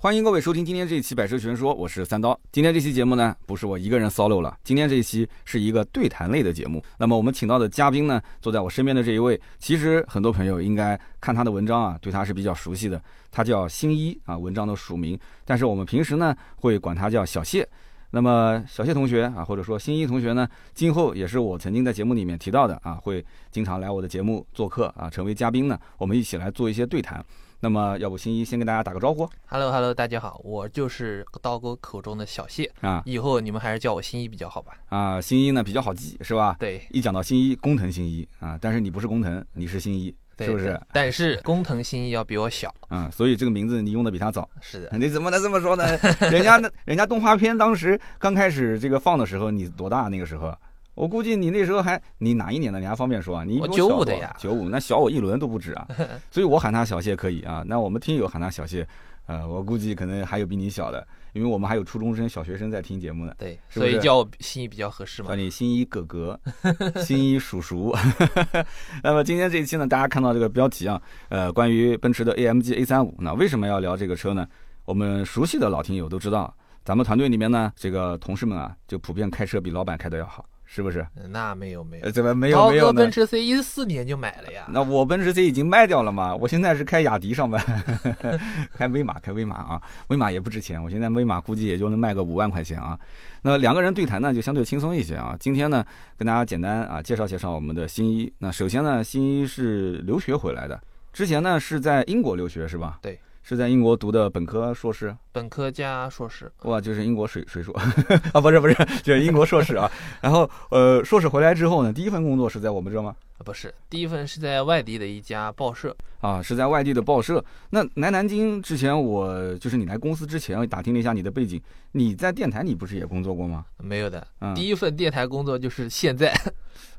欢迎各位收听今天这一期《百车全说》，我是三刀。今天这期节目呢，不是我一个人 solo 了，今天这一期是一个对谈类的节目。那么我们请到的嘉宾呢，坐在我身边的这一位，其实很多朋友应该看他的文章啊，对他是比较熟悉的。他叫新一啊，文章的署名，但是我们平时呢会管他叫小谢。那么小谢同学啊，或者说新一同学呢，今后也是我曾经在节目里面提到的啊，会经常来我的节目做客啊，成为嘉宾呢，我们一起来做一些对谈。那么要不新一先跟大家打个招呼 Hello Hello，大家好，我就是刀哥口中的小谢，啊以后你们还是叫我新一比较好吧？啊，新一呢比较好记是吧？对，一讲到新一，工藤新一啊，但是你不是工藤，你是新一，对是不是？但是工藤新一要比我小，啊，所以这个名字你用的比他早。是的，你怎么能这么说呢？ 人家那人家动画片当时刚开始这个放的时候，你多大那个时候？我估计你那时候还你哪一年的？你还方便说啊？你我比95小多的了呀九五那小我一轮都不止 啊，所以我喊他小谢可以啊。那我们听友喊他小谢，呃，我估计可能还有比你小的，因为我们还有初中生、小学生在听节目呢。对，是不所是哎以叫我新一比较合适嘛管？你新一哥哥， 新一叔叔。 那么今天这一期呢，大家看到这个标题啊，呃，关于奔驰的 AMG A 3 5那为什么要聊这个车呢？我们熟悉的老听友都知道，咱们团队里面呢，这个同事们啊，就普遍开车比老板开的要好，是不是？嗯那没有没有呃，，怎么没有刀没有哥呢奔？驰 C 一四年就买了呀，那我奔驰 C 已经卖掉了嘛，我现在是开雅迪上班， 开威马，开威马啊，威马也不值钱，我现在威马估计也就能卖个五万块钱啊。那两个人对谈呢，就相对轻松一些啊。今天呢，跟大家简单啊介绍介绍我们的新一。那首先呢，新一是留学回来的，之前呢是在英国留学是吧？对，是在英国读的本科、硕士。本科加硕士，哇，就是英国水水硕 啊，不是不是，就是英国硕士啊。然后呃，硕士回来之后呢，第一份工作是在我们这吗？啊不是，第一份是在外地的一家报社，啊，是在外地的报社。那来南京之前我，就是你来公司之前，我打听了一下你的背景，你在电台你不是也工作过吗？没有的，嗯，第一份电台工作就是现在，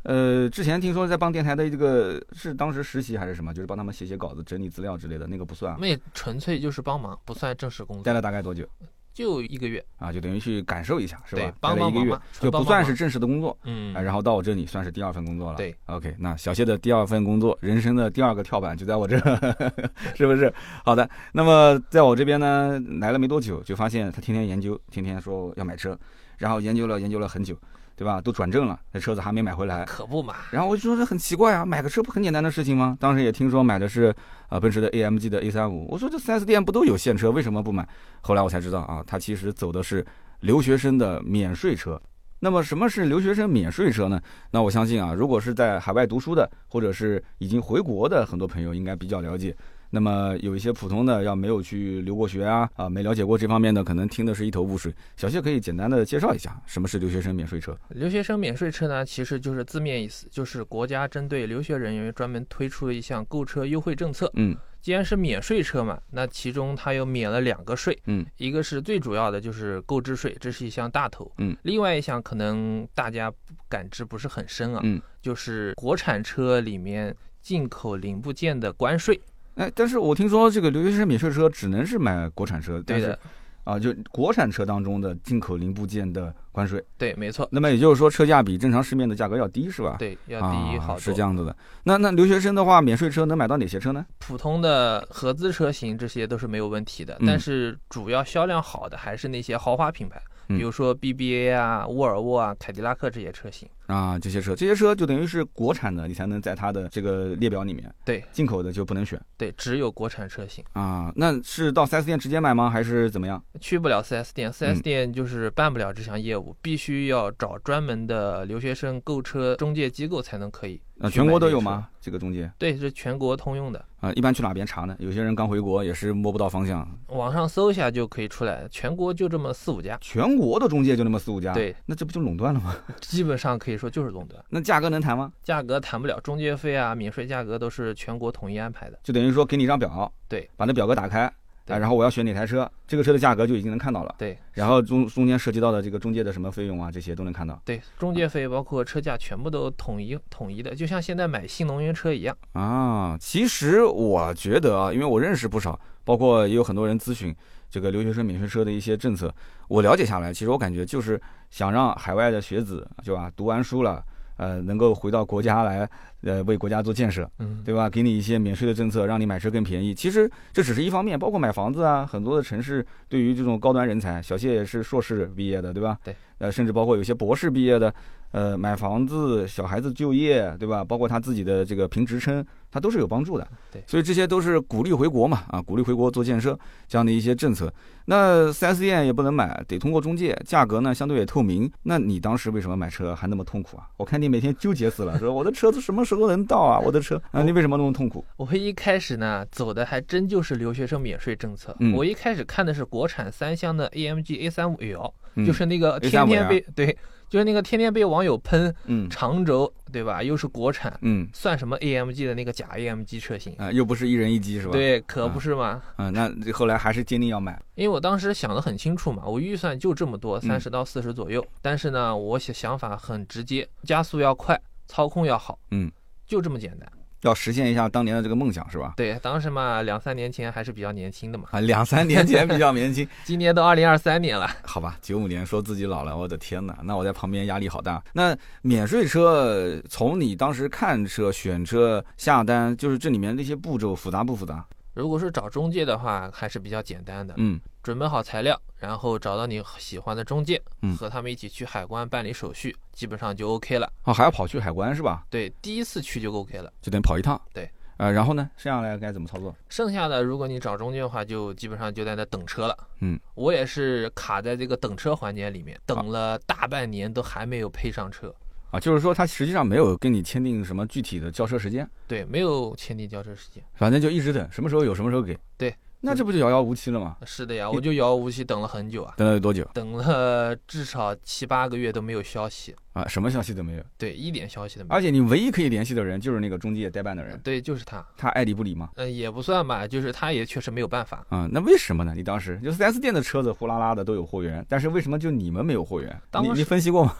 呃，之前听说在帮电台的这个是当时实习还是什么，就是帮他们写写稿子、整理资料之类的，那个不算啊。那也纯粹就是帮忙，不算正式工待作，了大概多久就一个月，啊？就等于去感受一下，是吧对？待帮了一帮个忙月嘛，纯就帮不帮算忙是正式的工作。嗯啊，，然后到我这里算是第二份工作了。对，OK，那小谢的第二份工作，人生的第二个跳板就在我这， 是不是？好的，那么在我这边呢，来了没多久，就发现他天天研究，天天说要买车，然后研究了研究了很久，对吧？都转正了，那车子还没买回来。可不嘛，然后我就说这很奇怪啊，买个车不很简单的事情吗？当时也听说买的是呃奔驰的 AMG 的 A 三五，我说这 4S 店不都有现车，为什么不买？后来我才知道啊，他其实走的是留学生的免税车。那么什么是留学生免税车呢？那我相信啊，如果是在海外读书的，或者是已经回国的很多朋友应该比较了解。那么有一些普通的要没有去留过学啊啊没了解过这方面的，可能听的是一头雾水。小谢可以简单的介绍一下什么是留学生免税车留学生免税车呢，其实就是字面意思，就是国家针对留学人员专门推出的一项购车优惠政策。嗯，既然是免税车嘛，那其中它又免了两个税，嗯，一个是最主要的就是购置税，这是一项大头，嗯，另外一项可能大家感知不是很深啊，嗯，就是国产车里面进口零部件的关税，哎，但是我听说这个留学生免税车只能是买国产车，但对是的，啊，就国产车当中的进口零部件的关税。对，没错，那么也就是说，车价比正常市面的价格要低，是吧？，对，要低啊、好是多。这样子的。那那留学生的话，免税车能买到哪些车呢？普通的合资车型这些都是没有问题的，嗯但是主要销量好的还是那些豪华品牌，嗯比如说 BBA 啊、沃尔沃啊、凯迪拉克这些车型。啊，这些车，这些车就等于是国产的，你才能在它的这个列表里面。对进口的就不能选对，只有国产车型，啊。那是到 4S 店直接买吗？还是怎么样？去不了 4S 店嗯，4S 店就是办不了这项业务，必须要找专门的留学生购车中介机构才能可以。啊，全国都有？吗？这个中介对，是全国通用的，啊，一般去哪边查呢？有些人刚回国也是摸不到方向，网上搜一下就可以出来，全国就这么四五家，全国的中介就那么四五家，对，那这不就垄断了吗？ 基本上可以说就是垄断，那价格能谈吗？价格谈不了，中介费啊、免税价格都是全国统一安排的。就等于说给你一张表，对，把那表格打开，对啊，然后我要选哪台车，这个车的价格就已经能看到了，对，然后中中间涉及到的这个中介的什么费用啊，这些都能看到对，中介费包括车价全部都统一统一的，就像现在买新能源车一样。啊。其实我觉得啊，因为我认识不少，包括也有很多人咨询这个留学生免税车的一些政策，我了解下来，其实我感觉就是想让海外的学子，对吧，读完书了。呃能够回到国家来，呃为国家做建设，嗯，对吧？给你一些免税的政策，让你买车更便宜。其实这只是一方面，包括买房子啊，很多的城市对于这种高端人才，小谢也是硕士毕业的，对吧？对。呃，甚至包括有些博士毕业的，呃，买房子、小孩子就业，对吧？包括他自己的这个评职称，他都是有帮助的。对所以这些都是鼓励回国嘛，啊，鼓励回国做建设这样的一些政策。那 4S 店也不能买，得通过中介，价格呢相对也透明。那你当时为什么买车还那么痛苦啊？我看你每天纠结死了，说我的车子什么时候能到啊？我的车啊，你为什么那么痛苦？我一开始呢走的还真就是留学生免税政策。嗯我一开始看的是国产三厢的 AMG A 3 5 L，、嗯就是那个 A35L 天天被对，就是那个天天被网友喷嗯长轴，对吧？又是国产，嗯算什么 AMG 的那个假 AMG 车型？啊、又不是一人一机是吧？，对，可不是嘛。啊、那后来还是坚定要买。因为我当时想的很清楚嘛，我预算就这么多，嗯三十到四十左右。但是呢，我想想法很直接，加速要快，操控要好，嗯，就这么简单。要实现一下当年的这个梦想是吧？对，当时嘛，两三年前还是比较年轻的嘛，啊，两三年前比较年轻， 今年都二零二三年了。好吧，九五年说自己老了，我的天哪，那我在旁边压力好大。那免税车从你当时看车、选车、下单，就是这里面那些步骤复杂不复杂？如果是找中介的话，还是比较简单的，嗯准备好材料，然后找到你喜欢的中介嗯，和他们一起去海关办理手续，基本上就 OK 了。哦，还要跑去海关是吧？对，第一次去就 OK 了。就等于跑一趟。对，呃，然后呢，剩下来该怎么操作？剩下的，如果你找中介的话，就基本上就在那等车了。嗯，我也是卡在这个等车环节里面，等了大半年都还没有配上车。啊，就是说他实际上没有跟你签订什么具体的交车时间，对，没有签订交车时间。反正就一直等，什么时候有什么时候给。对，那这不就遥遥无期了吗？是的呀，我就遥遥无期等了很久啊，等了有多久等了至少七八个月都没有消息，啊？什么消息都没有，对，一点消息都没而且你唯一可以联系的人就是那个中介代办的有。人，对，就是他。他爱理不理吗？嗯，也不算吧，就是他也确实没有办法。啊、那为什么呢？你当时就 4S 店的车子呼啦啦的都有货源，但是为什么就你们没有货源？当你时你分析过吗？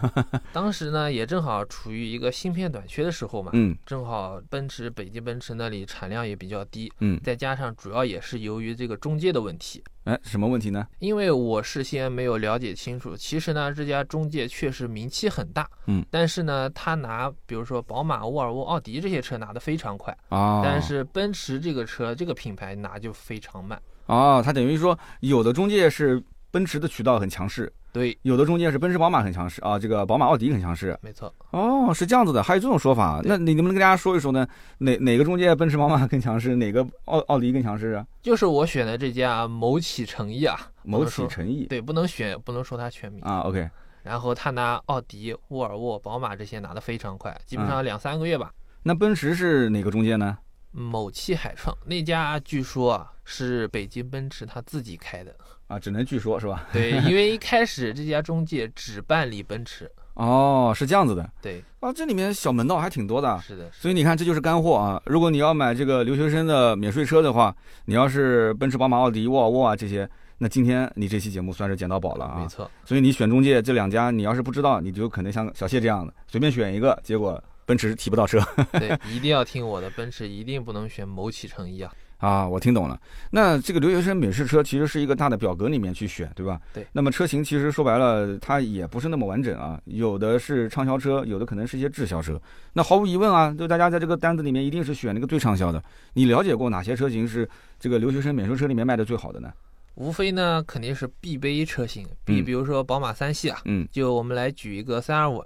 当时呢，也正好处于一个芯片短缺的时候嘛，嗯正好奔驰北京奔驰那里产量也比较低，嗯，再加上主要也是由于这个中介的问题。哎，什么问题呢？因为我事先没有了解清楚，其实呢，这家中介确实名气很大，嗯，但是呢，他拿比如说宝马、沃尔沃、奥迪这些车拿的非常快，啊、但是奔驰这个车这个品牌拿就非常慢。哦，他等于说有的中介是奔驰的渠道很强势，对，有的中介是奔驰、宝马很强势啊，这个宝马、奥迪很强势。没错，哦，是这样子的，还有这种说法。对那你能不能跟大家说一说呢？哪哪个中介奔驰、宝马更强势？哪个奥奥迪更强势啊？就是我选的这家某启诚意啊，某能启说诚意对，不能选，不能说它全名。啊，OK，然后他拿奥迪、沃尔沃、宝马这些拿的非常快，嗯基本上两三个月吧。那奔驰是哪个中介呢？某汽海创那家据说啊是北京奔驰他自己开的，啊，只能据说是吧？ 对，因为一开始这家中介只办理奔驰，哦，是这样子的。对，啊，这里面小门道还挺多的啊。是的，是的所以你看，这就是干货啊！如果你要买这个留学生的免税车的话，你要是奔驰、宝马、奥迪、沃尔沃啊这些，那今天你这期节目算是捡到宝了没啊！错，所以你选中介这两家，你要是不知道，你就可能像小谢这样的随便选一个，结果奔驰提不到车对，一定要听我的，奔驰一定不能选某启诚 一啊，啊！我听懂了。那这个留学生免税车其实是一个大的表格里面去选，对吧？对那么车型其实说白了，它也不是那么完整啊，有的是畅销车，有的可能是一些滞销车。那毫无疑问啊，就大家在这个单子里面一定是选那个最畅销的。你了解过哪些车型是这个留学生免税车里面卖的最好的呢？无非呢肯定是必备车型，比嗯比如说宝马三系啊，嗯，就我们来举一个三二五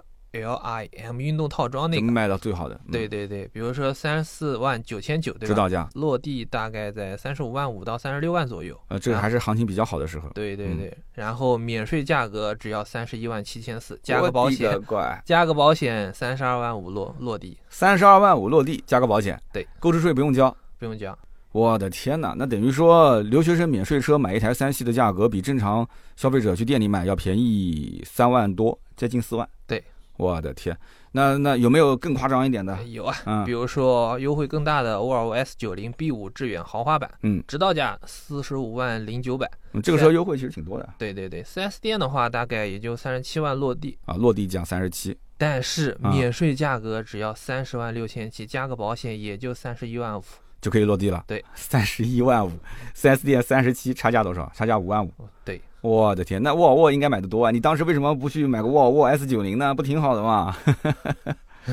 LIM 运动套装那个，卖的最好的，嗯对，对对，比如说三十四万九千九，对指吧？导价，落地大概在三十五万五到三十六万左右。呃，这个还是行情比较好的时候。对对嗯对，然后免税价格只要三十一万七千四，加个保我的险，乖，加个保险三十二万五落落地，三十二万五落地，加个保险，对，购置税不用交。不用讲。我的天哪，那等于说留学生免税车买一台三系的价格比正常消费者去店里买要便宜三万多，接近四万。对，我的天，那那有没有更夸张一点的哎？有啊，嗯比，如说优惠更大的沃尔沃 S 九零 B 五致远豪华版，嗯，指导价四十五万零九百。嗯这个车优惠其实挺多的对对对，4S 店的话大概也就三十七万落地，啊，落地价三十七。但是啊免税价格只要三十万六千七，加个保险也就三十一万五。就可以落地了，对，三十一万五，4S 店三十七，差价多少？差价五万五。哦对，我的天，那沃尔沃应该买的多啊！你当时为什么不去买个沃尔沃 S 九零呢？不挺好的吗？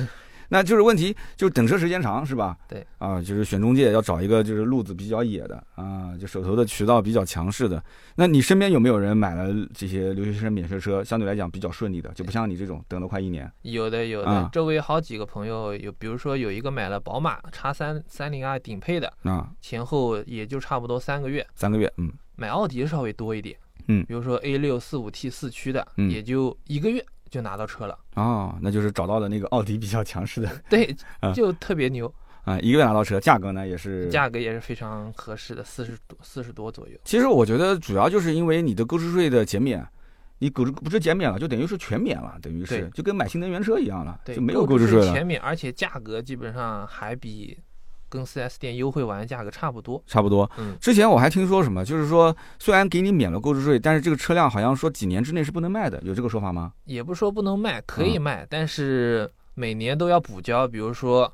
那就是问题，就是等车时间长是吧？对啊，就是选中介要找一个就是路子比较野的啊，就手头的渠道比较强势的。那你身边有没有人买了这些留学生免税车，相对来讲比较顺利的，就不像你这种等了快一年？有的有啊的，周围好几个朋友有，比如说有一个买了宝马叉三三零 i 顶配的，啊，前后也就差不多三个月。三个月，嗯，买奥迪稍微多一点，嗯比如说 A 六四五 T 四驱的，嗯也就一个月就拿到车了，哦，那就是找到的那个奥迪比较强势的 对啊，就特别牛，啊，一个月拿到车，价格呢也是价格也是非常合适的，四十多四十多左右。其实我觉得主要就是因为你的购置税的减免，你购置不是减免了，就等于是全免了，等于是对就跟买新能源车一样了，对，就没有购购置税税了，全免，而且价格基本上还比跟 4S 店优惠完价格差不多。差不多。嗯，之前我还听说什么，就是说虽然给你免了购置税，但是这个车辆好像说几年之内是不能卖的，有这个说法吗？也不说不能卖，可嗯以卖，但是每年都要补交，比如说。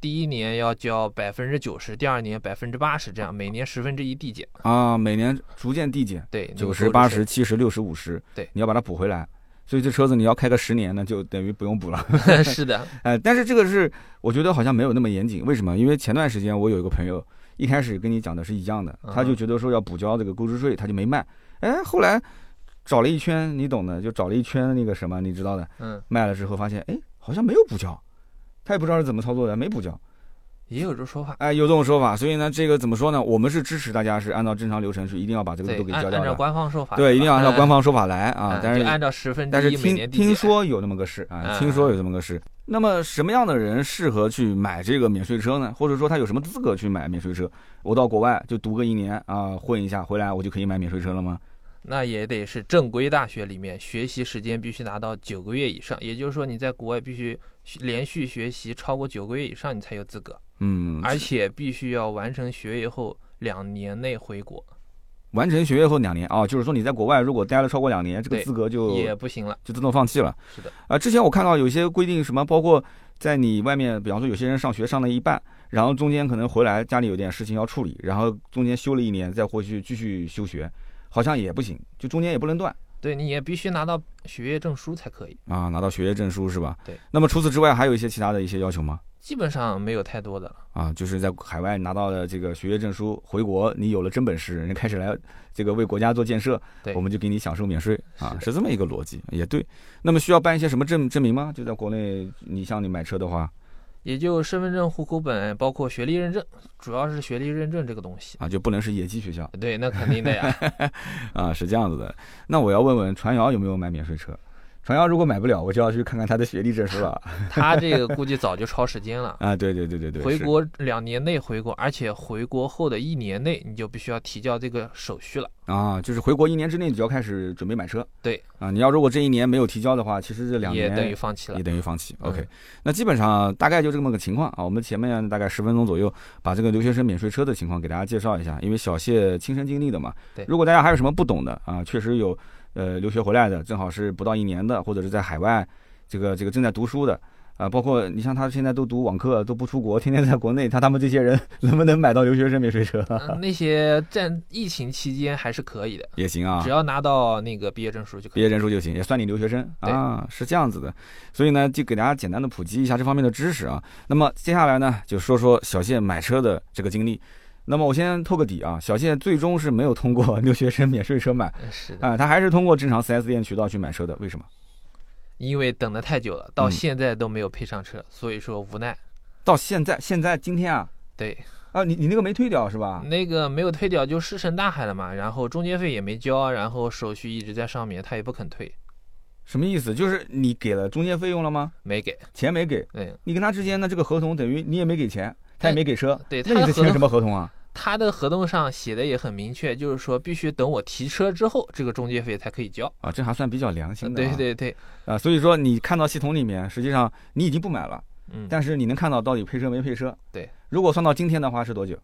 第一年要交百分之九十，第二年百分之八十，这样每年十分之一递减。啊，每年逐渐递减，对，那个九购十、置八税十、七十、六十、五十，对你要把它补回来。所以这车子你要开个十年呢，就等于不用补了。 是的，呃，但是这个是我觉得好像没有那么严谨，为什么？因为前段时间我有一个朋友，一开始跟你讲的是一样的，他就嗯觉得说要补交这个购置税，他就没卖。哎，后来找了一圈，你懂的，就找了一圈那个什么，你知道的，嗯，卖了之后发现，哎，好像没有补交，他也不知道是怎么操作的，没补交。也有这说法。哎，有这种说法，所以呢，这个怎么说呢？我们是支持大家是按照正常流程去，一定要把这个对都给，按交掉按照的。官方说法，对，一定要按照官方，方说法来啊嗯，但是就按照十分但是之一每听年递减听说有那么个事啊，啊听说有这么个事。那么什么样的人适合去买这个免税车呢？或者说他有什么资格去买免税车？我到国外就读个一年啊，混一下，回来我就可以买免税车了吗？那也得是正规大学里面学习时间必须达到九个月以上，也就是说你在国外必须学连续学习超过九个月以上，你才有资格，嗯，而且必须要完成学业后两年内回国完成学业后两年啊，就是说你在国外如果待了超过两年，这个对资格就也不行了。就自动放弃了。是的，啊，之前我看到有一些规定，什么包括在你外面，比方说有些人上学上了一半，然后中间可能回来家里有点事情要处理，然后中间休了一年再回去继续休学，好像也不行，就中间也不能断对，你也必须拿到学业证书才可以，啊，拿到学业证书是吧？对。那么除此之外，还有一些其他的一些要求吗？基本上没有太多的了。啊，就是在海外拿到了这个学业证书，回国你有了真本事，人家开始来这个为国家做建设，对我们就给你享受免税是啊，的是这么一个逻辑，也对。那么需要办一些什么证证明吗？就在国内，你像你买车的话，也就身份证、户口本，包括学历认证，主要是学历认证这个东西。啊，就不能是野鸡学校对，那肯定的呀。啊，是这样子的。那我要问问传谣有没有买免税车？传谣如果买不了，我就要去看看他的学历证书 了。他这个估计早就超时间了啊！对对对对对，回是国两年内回国，而且回国后的一年内你就必须要提交这个手续了。啊，就是回国一年之内你就要开始准备买车。对啊，你要如果这一年没有提交的话，其实这两也年等于放弃了也。等于放弃。嗯 OK，、那基本上大概就这么个情况啊。我们前面大概十分钟左右，把这个留学生免税车的情况给大家介绍一下，因为小谢亲身经历的嘛。对如果大家还有什么不懂的啊，确实有呃留学回来的，正好是不到一年的，或者是在海外这个这个正在读书的。啊，包括你像他现在都读网课，都不出国，天天在国内，他他们这些人能不能买到留学生免税车嗯，那些在疫情期间还是可以的，也行啊只？要拿到那个毕业证书就可毕以。业证书就行，也算你留学生对啊，是这样子的。所以呢，就给大家简单的普及一下这方面的知识啊。那么接下来呢，就说说小谢买车的这个经历。那么我先透个底啊，小谢最终是没有通过留学生免税车买嗯是的，啊，他还是通过正常 4S 店渠道去买车的。为什么？因为等的太久了，到嗯现在都没有配上车，所以说无奈。到现在，现在今天啊对，啊，你你那个没退掉是吧？那个没有退掉就石沉大海了嘛，然后中介费也没交，啊然后手续一直在上面，他也不肯退，什么意思？就是你给了中介费用了吗？没给。钱没给，嗯，你跟他之间的这个合同等于你也没给钱，他也没给车，对，他那你在的合签同什么合同啊？他的合同上写的也很明确，就是说必须等我提车之后，这个中介费才可以交。啊，这还算比较良心的、啊。对对对，啊，所以说你看到系统里面，实际上你已经不买了，嗯，但是你能看到到底配车没配车。对，如果算到今天的话是多久？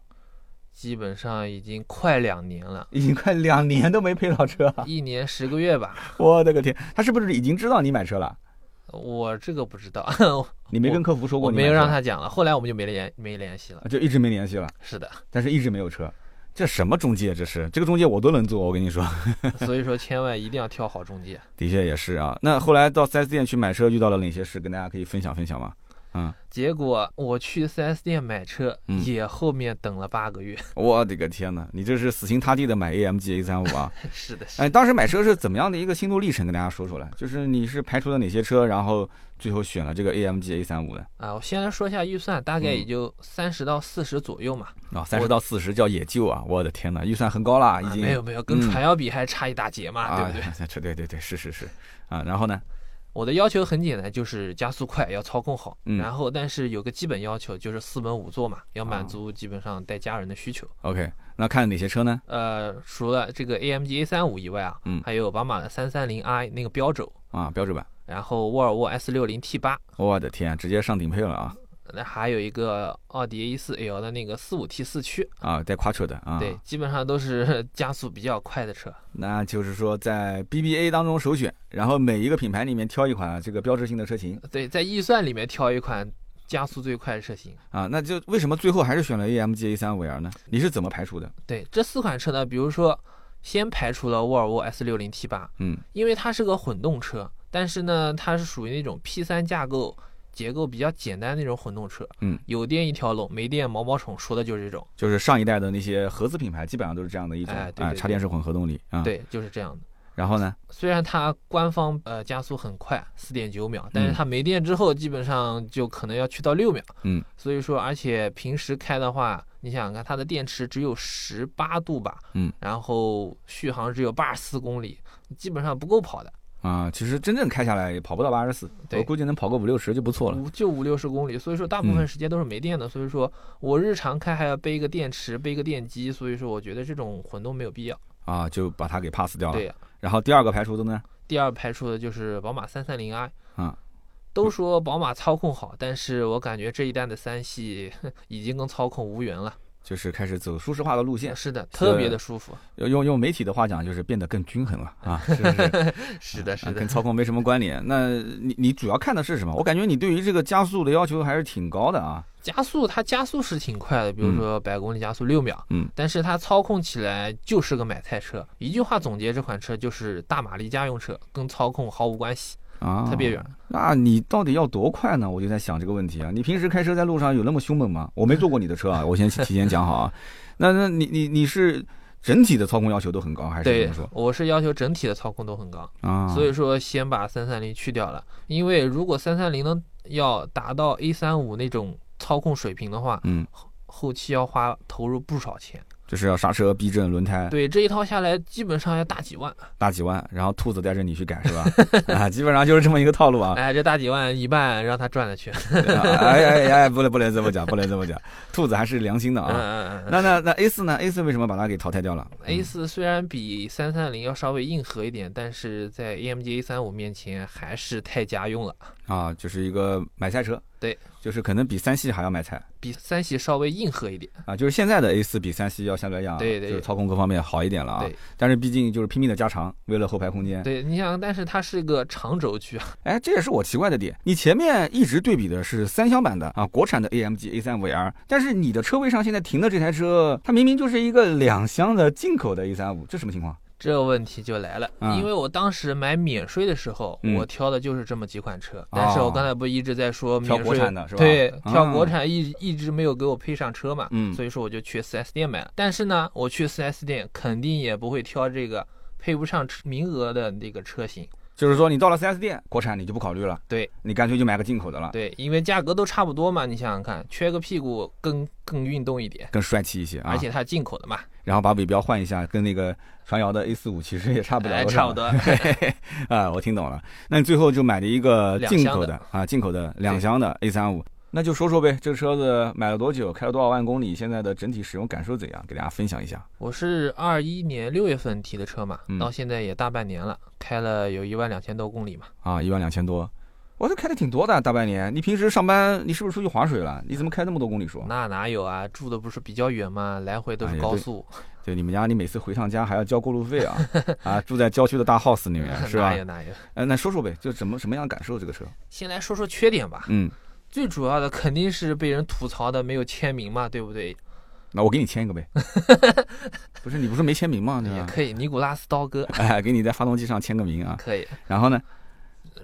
基本上已经快两年了，已经快两年都没配到车了，一年十个月吧。我的个天！他是不是已经知道你买车了？我这个不知 道，你没跟客服说过我你没买有车让他讲了。后来我们就没联没联 系了。就一直没联系了，是的，但是一直没有车。这什么中介？这是这个中介我都能做，我跟你说，所以说千万一定要挑好中介。的确也是啊。那后来到 4S 店去买车遇到了哪些事，跟大家可以分享分享吗？嗯，结果我去 4S 店买车，嗯也后面等了八个月。 我的个天哪，你这是死心塌地的买 AMG A 三五啊！是的，是的哎，当时买车是怎么样的一个心路历程？跟大家说出来，就是你是排除了哪些车，然后最后选了这个 AMG A 三五的啊，我先来说一下预算，大概也嗯就三十到四十左右嘛。啊？三十到四十叫野旧啊！我的天哪，预算很高啦，已啊，经没有没有，跟嗯传谣比还差一大截嘛，对不对？对？对对对，是是是啊。然后呢？我的要求很简单，就是加速快，要操控好，嗯然后但是有个基本要求就是四门五座嘛，要啊满足基本上带家人的需求。 OK，那看哪些车呢？呃，除了这个 AMG A35 以外啊，嗯还有宝马的 330i 那个标轴，啊，标志版，然后沃尔沃 S60 T8，我的天，直接上顶配了啊那还有一个奥迪 A4L 的那个 45T 四驱，啊，带夸车的啊。对，，基本上都是 加速比较快的车。那就是说在 BBA 当中首选，然后每一个品牌里面挑一款这个标志性的车型对，在预算里面挑一款加速最快的车型。啊。那就为什么最后还是选了 AMG A3 5 L 呢？你是怎么排除的？对，这四款车呢，比如说先排除了沃尔沃 S60 T8，嗯，因为它是个混动车，但是呢，它是属于那种 P3 架构结构比较简单的那种混动车，嗯，有电一条龙，没电毛毛虫，说的就是这种，就是上一代的那些合资品牌基本上都是这样的一种哎对啊，对对插电式混合动力啊。。对，就是这样的。然后呢？虽然它官方呃加速很快，四点九秒，但是它没电之后基本上就可能要去到六秒。嗯，所以说，而且平时开的话，你想想看，它的电池只有十八度吧，嗯，然后续航只有八十四公里，基本上不够跑的，啊，其实真正开下来也跑不到八十四，对嗯我估计能跑个五六十就不错了。嗯五就五六十公里。所以说，大部分时间都是没电的。所以说我日常开还要背一个电池，背一个电机，所以说我觉得这种混动没有必要。啊，就把它给 pass 掉了。对，啊然后第二个排除的呢？第二排除的就是宝马三三零 i。啊，都说宝马操控好，但是我感觉这一代的三系哼已经跟操控无缘了。就是开始走舒适化的路线，是的，特别的舒服。用用用媒体的话讲，就是变得更均衡了 啊，是不是？是的，是啊的跟。操控没什么关联。那你你主要看的是什么？我感觉你对于这个加速的要求还是挺高的啊。加速它加速是挺快的，比如说百公里加速六秒。嗯。但是它操控起来就是个买菜车。一句话总结这款车就是大马力家用车，跟操控毫无关系，啊，特别远。。那你到底要多快呢？我就在想这个问题啊。你平时开车在路上有那么凶猛吗？我没坐过你的车 啊，我先提前讲好啊。那那你你你是整体的操控要求都很高，还是怎对么说，我是要求整体的操控都很高。啊？所以说先把三三零去掉了，因为如果三三零能要达到 A 三五那种操控水平的话，嗯，后期要花投入不少钱。就是要刹车、避震、轮胎，对，这一套下来基本上要大几万，大几万，然后兔子带着你去改是吧？ 啊，基本上就是这么一个套路啊。 哎，这大几万一半让他赚了去。对啊哎哎哎，不能不能这么讲，不能这么讲，兔子还是良心的嗯啊。嗯嗯。那那那 A 四呢？A 四为什么把它给淘汰掉了 A 四虽然比三三零要稍微硬核一点，但是在 AMG A 三五面前还是太家用了，啊，就是一个买菜车，对，就是可能比三系还要买菜比三系稍微硬核一点。啊。就是现在的 A 四比三系要相对来讲，对对啊就是操控各方面好一点了啊对。但是毕竟就是拼命的加长，为了后排空间。对，你想，但是它是个长轴距啊，哎，这也是我奇怪的点。你前面一直对比的是三厢版的啊，国产的 AMG A3 5 L，但是你的车位上现在停的这台车，它明明就是一个两厢的进口的 A3 5这什么情况？这问题就来了，嗯因为我当时买免税的时候，嗯哦我挑的就是这么几款车，但是我刚才不一直在说免挑税国产的是吧对，啊挑国产一直一直没有给我配上车嘛，嗯所以说我就去 4S 店买了。但是呢，我去 4S 店肯定也不会挑这个配不上车名额的那个车型，就是说你到了 4S 店，国产你就不考虑了，对你干脆就买个进口的了，对，因为价格都差不多嘛，你想想看，缺个屁股更更运动一点，更帅气一些啊。而且它进口的嘛，然后把尾标换一下，跟那个传谣的 A 4 5其实也差不了哎，多少，差不多。嘿嘿嘿 啊，我听懂了。那你最后就买了一个进口两的啊，进口的两厢的 A 3 5那就说说呗，这个车子买了多久，开了多少万公里，现在的整体使用感受怎样？给大家分享一下。我是二一年六月份提的车嘛，嗯到现在也大半年了，开了有一万两千多公里嘛。啊，一万两千多，我这开的挺多的，大半年。你平时上班，你是不是出去划水了？你怎么开那么多公里数？那哪有啊？住的不是比较远吗？来回都哎是呀高对速， 对，你们家你每次回趟家还要交过路费啊 啊！住在郊区的大 house 里 面啊是吧哪有？哪有？呃，那说说呗，就怎么什么样感受这 个车？先来说说缺点吧，嗯，最主要的肯定是被人吐槽的没有签名嘛，对不对？那我给你签一 个呗。不是你不是没签名吗？对也吧？可以，尼古拉斯刀哥 哎，给你在发动机上签个名啊。可以。然后呢？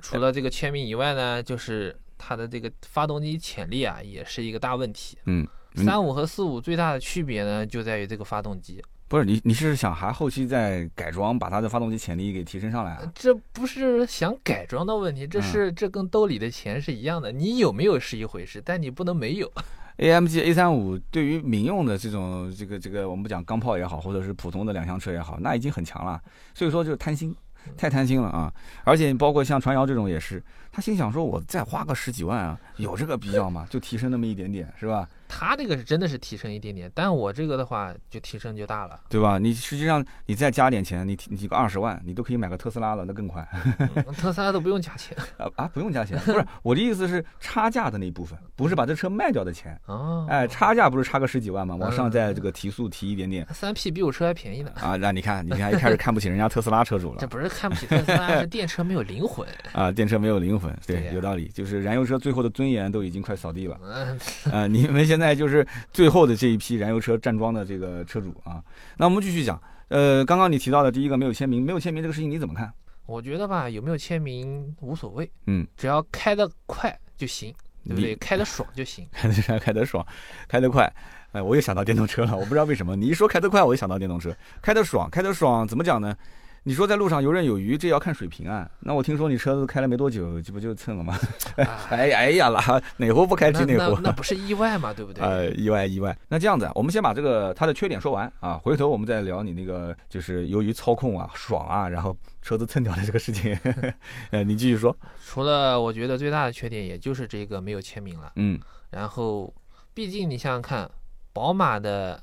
除了这个签名以外呢，就是它的这个发动机潜力啊，也是一个大问题。嗯，嗯三五和四五最大的区别呢，就在于这个发动机，不是你，你是想还后期再改装，把它的发动机潜力给提升上来啊？这不是想改装的问题，嗯这是这跟兜里的钱是一样的，你有没有是一回事，但你不能没有。 AMG A 三五对于民用的这种这个这个，我们讲钢炮也好，或者是普通的两厢车也好，那已经很强了。所以说就是贪心，太贪心了啊！而且包括像传谣这种也是，他心想说我再花个十几万啊，有这个必要吗？就提升那么一点点，是吧？它这个是真的是提升一点点，但我这个的话就提升就 大了。对吧？你实际上你再加点钱，你提你个二十万，你都可以买个特斯拉了，那更快嗯特斯拉都不用加钱啊啊！不用加钱，不是我的意思是差价的那一部分，不是把这车卖掉的钱。哦。哎，差价不是差个十几万吗？往上再这个提速提一点点三 P 比我车还便宜呢。啊！那你看，你看一开始看不起人家特斯拉车主了这。不是看不起特斯拉，是电车没有灵魂。啊，电车没有灵魂，对对，呀有道理，就是燃油车最后的尊严都已经快扫地了嗯，啊！你们现在就是最后的这一批燃油车站桩的这个车主啊。那我们继续讲，呃，刚刚你提到的第一个没有签名，没有签名这个事情你怎么看？我觉得吧，有没有签名无所谓，嗯，只要开得快就行，对不你对？开得爽就 行。开得快，开得爽，开得快。哎，我又想到电动车了，我 不知道为什么，你一说开得快，我就想到电动车。开得爽，开得爽，怎么讲呢？你说在路上游刃有余，这也要看水平啊。那我听说你车子开了没多久，这不就蹭了吗？ 啊哎呀哎呀啦，哪壶不开那提哪那壶。那不是意外嘛，对不对？呃，意外意外。那这样子啊，我们先把这个它的缺点说完啊，回头我们再聊你那个就是由于操控啊、爽啊，然后车子蹭掉的这个事情。 呃，你继续说。除了我觉得最大的缺点，也就是这个没有签名了。嗯然后，毕竟你想想看，宝马的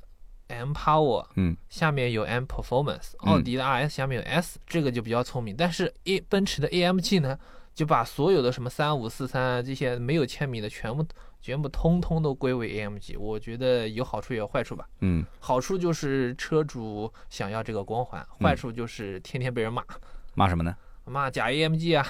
M Power 嗯下面有 M Performance，嗯奥迪的 RS 下面有 S，、这个就比较聪明。但是 A 奔驰的 AMG 呢，就把所有的什么三五四三啊这些没有签名的全部全部通通都归为 AMG。我觉得有好处也有坏处吧。嗯，好处就是车主想要这个光环，嗯坏处就是天天被人骂，骂什么呢？骂假 AMG 啊，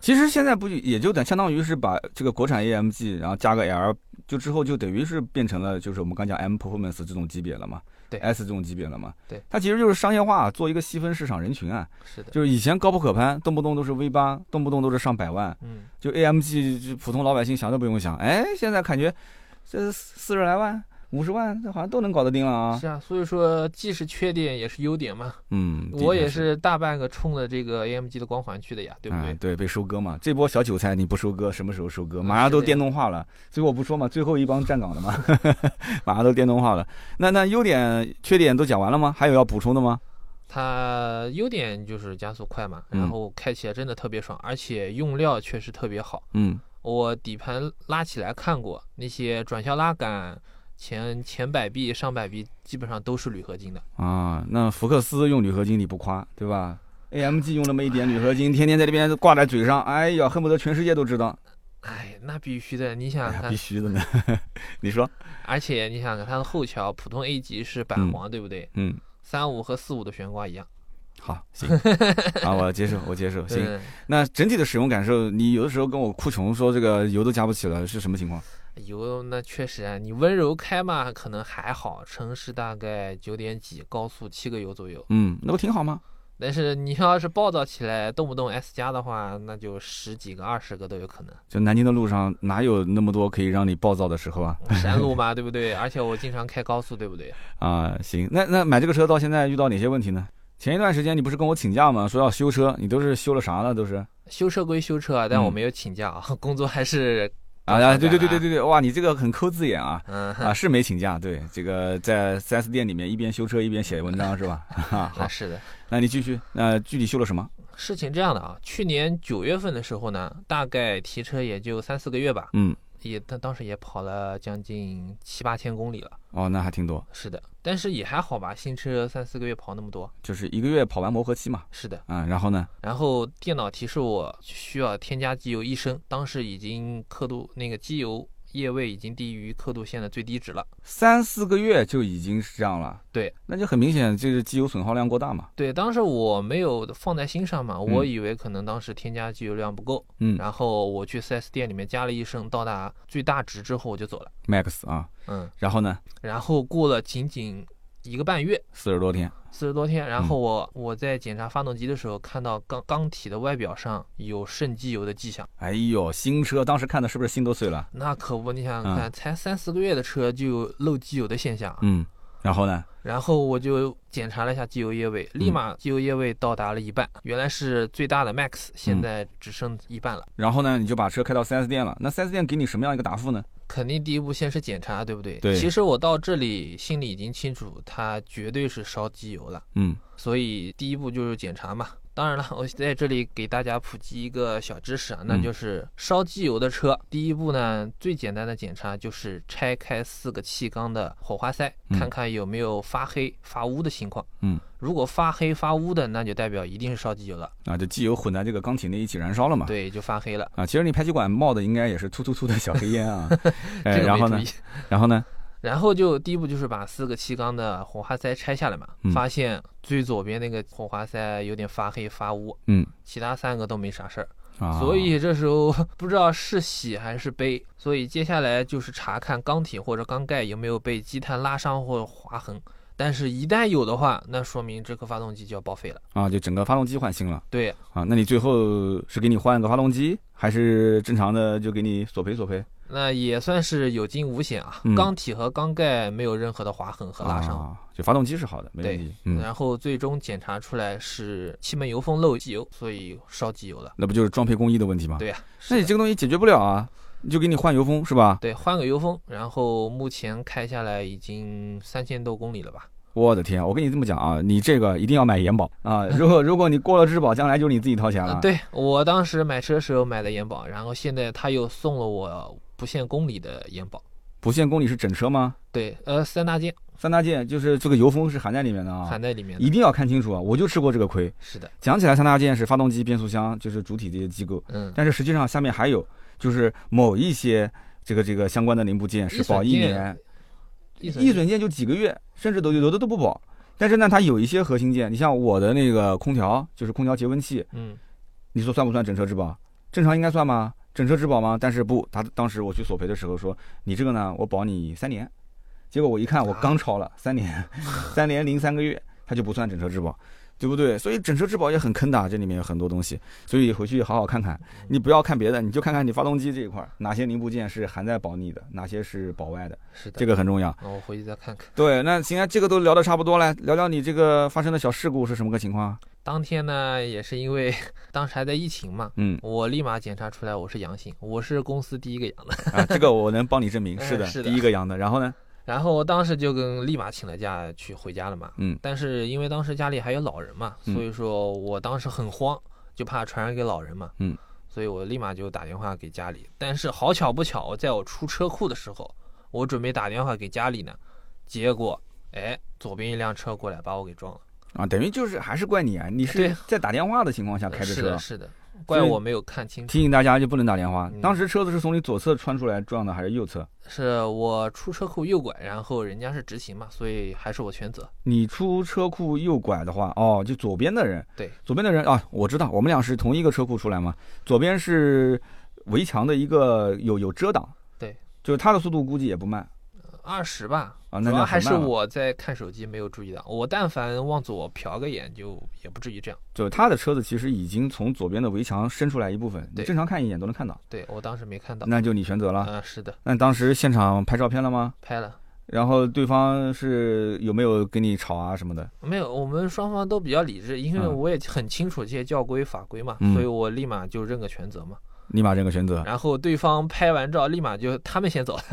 其实现在不也就等相当于是把这个国产 AMG，然后加个 L，就之后就等于是变成了就是我们刚讲 M Performance 这种级别了嘛，对，S 这种级别了嘛，对，它其实就是商业化，做一个细分市场人群啊，是的，就是以前高不可攀，动不动都是 V 八，动不动都是上百万，嗯，就 AMG 就普通老百姓想都不用想，哎，现在感觉这四十来万、五十万，这好像都能搞得定了啊，是啊，所以说既是缺点也是优点嘛。嗯，的我确也是大半个冲着这个 AMG 的光环去的呀，对不对？嗯、对，被收割嘛，这波小韭菜你不收割，什么时候收割？嗯马上是都的呀电动化了，所以我不说嘛，最后一帮站岗的嘛， 马上都电动化了。那那优点、缺点都讲完了吗？还有要补充的吗？它优点就是加速快嘛，嗯然后开起来真的特别爽，而且用料确实特别好。嗯我底盘拉起来看过，那些转向拉杆前前摆臂、上摆臂基本上都是铝合金的。啊，那福克斯用铝合金你不夸对吧？AMG 用那么一点铝合金，天天在这边挂在嘴上，哎呀，恨不得全世界都知道，哎，那必须的，你想哎想呀，看必，须的呢。 你说，而且你想想看，它的后桥普通 A 级是板簧，对不对？嗯，三五和四五的悬挂一样。好， 行啊，我接受，我接受，行。嗯，那整体的使用感受，你有的时候跟我哭穷说这个油都加不起了，是什么情况？油哎那确实啊，你温柔开嘛，可能还好，城市大概九点几，高速七个油左右。嗯，那不挺好吗？但是你要是暴躁起来，动不动 S 加的话，那就十几个、二十个都有可能。 就南京的路上哪有那么多可以让你暴躁的时候啊？山路嘛，对不对？而且我经常开高速，对不对？啊，行，那那买这个车到现在遇到哪些问题呢？前一段时间你不是跟我请假吗？说要修车，你都是修了啥了？都是修车归修车啊，但我嗯没有请假啊，工作还是啊，啊啊对对对对对对，哇，你这个很抠字眼 啊。嗯，啊，是没请假，对，这个在 4S 店里面一边修车一边写文章是吧？ 哈哈，那好，是的。那你继续，那具体修了什么？事情这样的啊，去年九月份的时候呢，大概提车也就三四个月吧，嗯，也但当时也跑了将近七八千公里了。哦，那还挺多，是的，但是也还好吧，新车三四个月跑那么多。就是一个月跑完磨合期嘛，是的，啊，然后呢，然后电脑提示我需要添加机油一升，当时已经刻度那个机油液位已经低于刻度线的最低值了。三四个月就已经是这样了，对，那就很明显就是机油损耗量过大嘛，对，当时我没有放在心上嘛，我嗯以为可能当时添加机油量不够，嗯然后我去 4S 店里面加了一升，到达最大值之后我就走了。 ，max 啊，嗯，然后呢，然后过了仅仅一个半月，四十多天，四十多天。然嗯后我我在检查发动机的时候，看到缸缸体的外表上有渗机油的迹象。哎呦，新车当时看的是不是心都碎了？那可不，你想想嗯看，才三四个月的车就有漏机油的现象。啊嗯，然后呢？然后我就检查了一下机油液位，嗯立马机油液位到达了一半，原来是最大的 max，现嗯在只剩一半了。然后呢？你就把车开到 4S 店了。那 4S 店给你什么样一个答复呢？肯定第一步先是检查，对不对？对其实我到这里心里已经清楚，它绝对是烧机油了，嗯，所以第一步就是检查嘛。当然了，我在这里给大家普及一个小知识啊，那嗯就是烧机油的车，第一步呢，最简单的检查就是拆开四个气缸的火花塞，嗯看看有没有发黑、发污的情况。嗯，如果发黑发污的，那就代表一定是烧机油了，啊，就机油混在这个钢体内一起燃烧了嘛。。对，就发黑了。啊，其实你排气管冒的应该也是突突突的小黑烟 啊。哎，这个然没后注呢意？。然后呢？然后就第一步就是把四个气缸的火花塞拆下来嘛，嗯发现最左边那个火花塞有点发黑发乌，嗯其他三个都没啥事儿，啊，所以这时候不知道是喜还是悲，所以接下来就是查看缸体或者缸盖有没有被积碳拉伤或划痕，但是一旦有的话，那说明这颗发动机就要报废了。啊，就整个发动机换新了对，啊。那你最后是给你换个发动机，还是正常的就给你索赔索赔？那也算是有惊无险啊嗯，缸体和缸盖没有任何的划痕和拉伤。啊，就发动机是好的，没问题。嗯，然后最终检查出来是气门油封漏机油，所以烧机油了。那不就是装配工艺的问题吗？对呀、啊那你是的这个东西解决不了啊，你就给你换油封是吧？对换个油封，然后目前开下来已经三千多公里了吧？我的天，我跟你这么讲啊，你这个一定要买延保 啊！如果如果你过了质保，将来就是你自己掏钱了。啊，，对我当时买车时候买的延保，然后现在他又送了我不限公里的延保。不限公里是整车吗？对，呃，三大件三大件就是这个油封是含在里面的啊，含在里面的。一定要看清楚啊！我就吃过这个亏。是的，讲起来三大件是发动机、变速箱，就是主体这些机构，嗯，但是实际上下面还有就是某一些这个这个相关的零部件是保一易损年，易易损件就几个月，甚至都有的都不保。但是呢，它有一些核心件，你像我的那个空调，就是空调节温器，啊嗯，你说算不算整车质保？正常应该算吗？整车质保吗？但是不，他当时我去索赔的时候说，你这个呢，我保你三年。结果我一看，我刚超 了三年，三年零三个月，它就不算整车质保，对不对？所以整车质保也很坑的啊，这里面有很多东西，所以回去好好看看。你不要看别的，你就看看你发动机这一块儿，哪些零部件是含在保你的，哪些是保外的，是的。这个很重要。那我回去再看看。对，那行啊，这个都聊得差不多了，聊聊你这个发生的小事故是什么个情况啊？当天呢，也是因为 当时还在疫情嘛，嗯我立马检查出来我是阳性，我是公司第一个阳的。啊，这个我能帮你证 明，哎是的，是的第一个阳的。然后呢？然后我当时就跟立马请了假去回家了嘛。嗯但是因为当时家里还有老人嘛，嗯所以说我当时很慌，就怕传染给老人嘛。嗯，所以我立马就打电话给家里。但是好巧不巧，我在我出车库的时候，我准备打电话给家里呢，结果哎，左边一辆车过来把我给撞了。啊，等于就是还是怪你啊！你是对在打电话的情况下开着呃是车的，，是的，怪所以我没有看清楚。提醒大家就不能打电话。嗯当时车子是从你左侧穿出来撞的，还是右侧？是我出车库右拐，然后人家是直行嘛，所以还是我全责。你出车库右拐的话，哦，就左边的人，对，左边的人啊，我知道，我们俩是同一个车库出来嘛。左边是围墙的一个有有遮挡，对，就是他的速度估计也不慢二十吧，啊。主那要那还很是慢了，我在看手机，没有注意到。我但凡往左瞟个眼，就也不至于这样。就是他的车子其实已经从左边的围墙伸出来一部分，你对正常看一眼都能看到，对我当时没看到。那就你全责啊、了。是的，那当时现场拍照片了吗？拍了。然后对方是有没有跟你吵啊什么的？没有，我们双方都比较理智，因为嗯我也很清楚这些教规法规嘛，嗯所以我立马就认个全责嘛。立马认个全责然后对方拍完照，立马就他们先走了，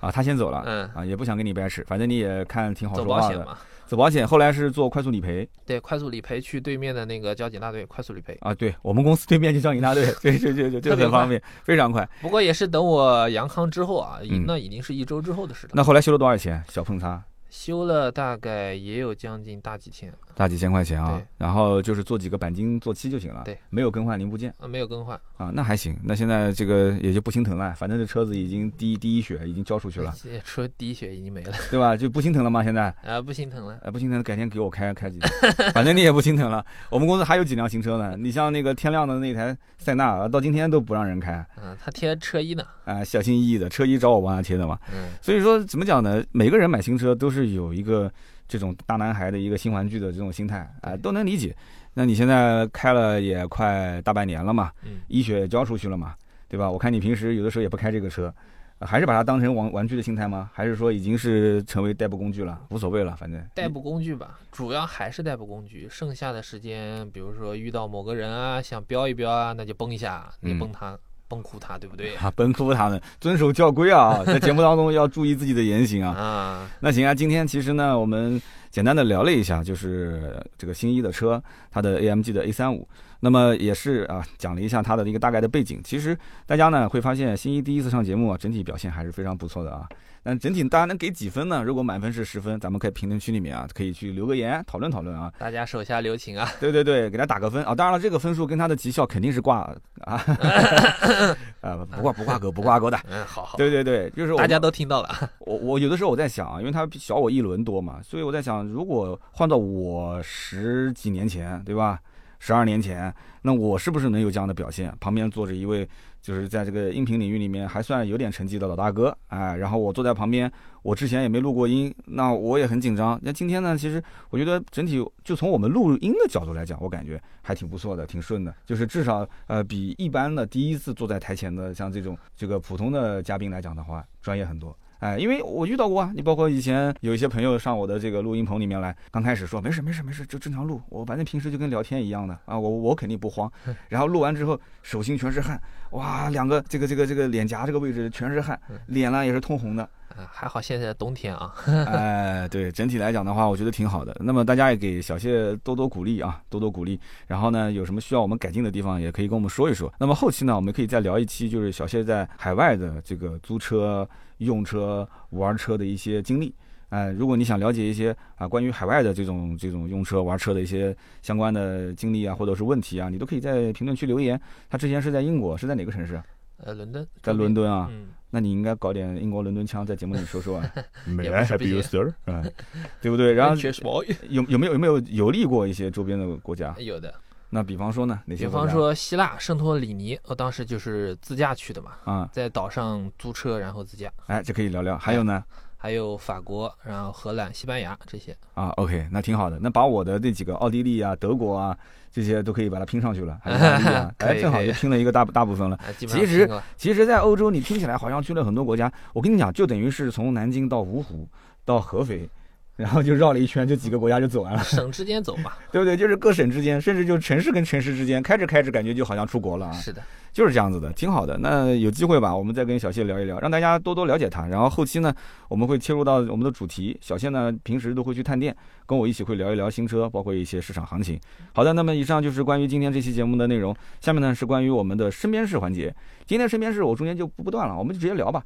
啊，他先走了，嗯，啊，也不想跟你掰扯，反正你也看挺好走说保话险的。嘛。走保险，后来是做快速理赔对，快速理赔去对面的那个交警大队快速理赔。啊，对我们公司对面就交警大 队，对对对对，这特别很方快便，非常快。不过也是等我阳康之后啊，已嗯那已经是一周之后的事了。那后来修了多少钱？小碰嗯擦，修了大概也有将近大几天，大几千块钱啊对。然后就是做几个钣金做漆就行了，对，没有更换零部件呃，没有更换。啊，那还行。那现在这个也就不心疼了，反正这车子已经第一第一血已经交出 去了，这车滴血已经没了。对吧？就不心疼了吗？现在？啊，不心疼了。哎，不心疼，改天给我开 开几台，反正你也不心疼了。 我们公司还有几辆新车呢，你像那个天亮的那台塞纳，到今天都不让人开，啊、嗯，他贴车衣呢。小心翼翼的，车衣找我帮他贴的嘛。嗯，所以说怎么讲呢？每个人买新车都是有一个这种大男孩的一个新玩具的这种心态啊、都能理解。那你现在开了也快大半年了嘛，嗯医学也交出去了嘛，对吧？我看你平时有的时候也不开这个车，呃还是把它当成玩玩具的心态吗？还是说已经是成为代步工具了，无所谓了，反正代步工具吧，主要还是代步工具。剩下的时间，比如说遇到某个人啊，想飙一飙啊，那就崩一下，你嗯崩他，崩哭他，对不对？啊，奔赴他们遵守教规啊，在节目当中要注意自己的言行啊。啊，那行啊，今天其实呢，我们简单的聊了一下，就是呃这个新一的车，它的 AMG 的 A 三五，那么也是啊，讲了一下它的一个大概的背景。其实大家呢会发现，新一第一次上节目啊，整体表现还是非常不错的啊。但整体大家能给几分呢？如果满分是十分，咱们可以评论区里面啊，可以去留个言讨论讨论啊。大家手下留 情啊，对对对，给他打个分啊！当然了，这个分数跟他的绩效肯定是挂啊， 呃，不挂不挂钩不挂钩的。嗯，好好，对对对，就是我大家们都听到了， 我我有的时候我在想啊，因为他比小我一轮多嘛，所以我在想，如果换到我十几年前，对吧？十二年前，那我是不是能有这样的表现？旁边坐着一位就是在这个音频领域里面还算有点成绩的老大哥，哎，然后我坐在旁边，我之前也没录过音，那我也很紧张。那今天呢，其实我觉得整体就从我们录音的角度来讲，我感觉还挺不错的，挺顺的，就是至少呃比一般的第一次坐在台前的像这种这个普通的嘉宾来讲的话，专业很多。哎，因为我遇到过啊，你包括以前有一些朋友上我的这个录音棚里面来，刚开始说没事没事没事，就正常录，我反正平时就跟聊天一样的啊，我我肯定不慌。然后录完之后，手心全是汗，哇，两个这个这个这个脸颊这个位置全是汗，脸呢也是通红的。啊还好现在冬天啊，哎，对，整体来讲的话，我觉得挺好的。那么大家也给小谢多多鼓励啊，多多鼓励。然后呢，有什么需要我们改进的地方，也可以跟我们说一说。那么后期呢，我们可以再聊一期，就是小谢在海外的这个租车、用车、玩车的一些经历。哎，如果你想了解一些啊关于海外的这种这种用车玩车的一些相关的经历啊，或者是问题啊，你都可以在评论区留言。他之前是在英国，是在哪个城市啊？呃，伦敦，在伦敦啊。嗯，那你应该搞点英国伦敦腔，在节目里说说 啊，也 May 不 I 是 help 不 you, 行 sir？嗯，对不对？然后确实哦有有没有有没有游历过一些周边的国家？有的，那比方说呢，哪些比国家？方说希腊圣托里尼，我当时就是自驾去的嘛，啊、在岛上租车然后自驾，哎，这可以聊聊。还有呢，还有法国，然后荷兰、西班牙这些，，啊，OK，那挺好的。那把我的那几个奥地利啊、德国啊这些都可以把它拼上去了，还有意大利啊 可以哎，正好可就以拼了一个大大部分了。啊，基本上其实拼了其实，在欧洲你听起来好像去了很多国家，我跟你讲，就等于是从南京到芜湖到合肥。然后就绕了一圈，就几个国家就走完了，省之间走吧，对不对？就是各省之间，甚至就城市跟城市之间，开着开着感觉就好像出国了 啊。是的，就是这样子的，挺好的。那有机会吧，我们再跟小谢聊一聊，让大家多多了解他。然后后期呢，我们会切入到我们的主题。小谢呢，平时都会去探店，跟我一起会聊一聊新车，包括一些市场行情。好的，那么以上就是关于今天这期节目的内容。下面呢是关于我们的身边事环节。今天身边事我中间就不不断了，我们就直接聊吧。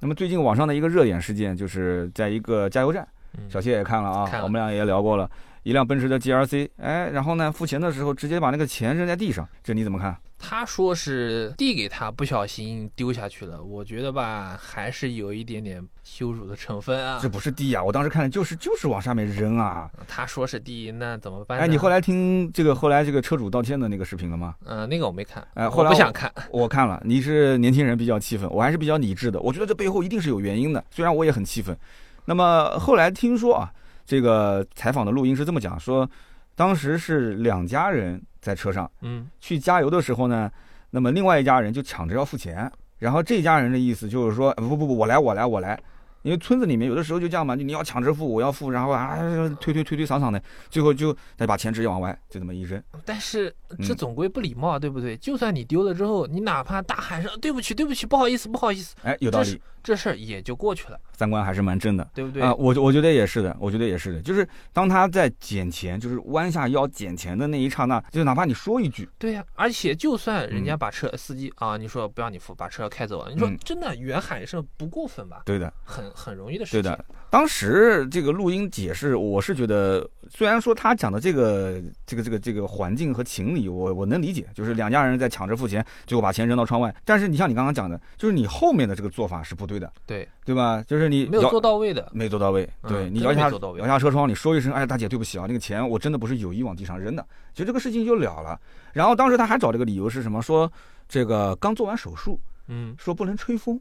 那么最近网上的一个热点事件，就是在一个加油站，嗯，小谢也看了啊，看了我们俩也聊过了，一辆奔驰的 GLC，哎，然后呢付钱的时候直接把那个钱扔在地上，这你怎么看？他说是递给他，不小心丢下去了。我觉得吧，还是有一点点羞辱的成分啊这。不是地啊！我当时看的就是就是往上面扔啊！他说是第一，那怎么办呢？哎，你后来听这个后来这个车主道歉的那个视频了吗？嗯、那个我没看，哎我后来不我 想看。我看了，你是年轻人比较气愤，我还是比较理智的。我觉得这背后一定是有原因的，虽然我也很气愤。那么后来听说啊，这个采访的录音是这么讲，说当时是两家人在车上嗯，去加油的时候呢，那么另外一家人就抢着要付钱，然后这家人的意思就是说，呃不不不，我来我来我来，因为村子里面有的时候就这样嘛，就你要抢着付，我要付，然后啊推推推推搡搡的，最后就再把钱直接往外就这么一扔，但是这嗯总归不礼貌啊，对不对？就算你丢了之后，你哪怕大喊声“对不起，对不起，不好意思，不好意思哎，有道这理，这事儿也就过去了，三观还是蛮正的。对不对？啊，我我觉得也是的，我觉得也是的，就是当他在捡钱，就是弯下腰捡钱的那一刹那，就哪怕你说一句，对呀、而且就算人家嗯把车、司机啊，你说不让你付，把车开走了，你说嗯真的远喊一声不过分吧？对的，很很容易的事对情。的，当时这个录音解释，我是觉得，虽然说他讲的这个这个这个这个环境和情理，我我能理解，就是两家人在抢着付钱，结果把钱扔到窗外。但是你像你刚刚讲的，就是你后面的这个做法是不对的，对，对吧？就是你没有摇做到位的，没做到位，对、嗯你真摇的没下做到位摇下车窗，你说一声，哎，大姐，对不起啊，那个钱我真的不是有意往地上扔的，其实这个事情就了了。然后当时他还找了个理由是什么？说这个刚做完手术，嗯，说不能吹风。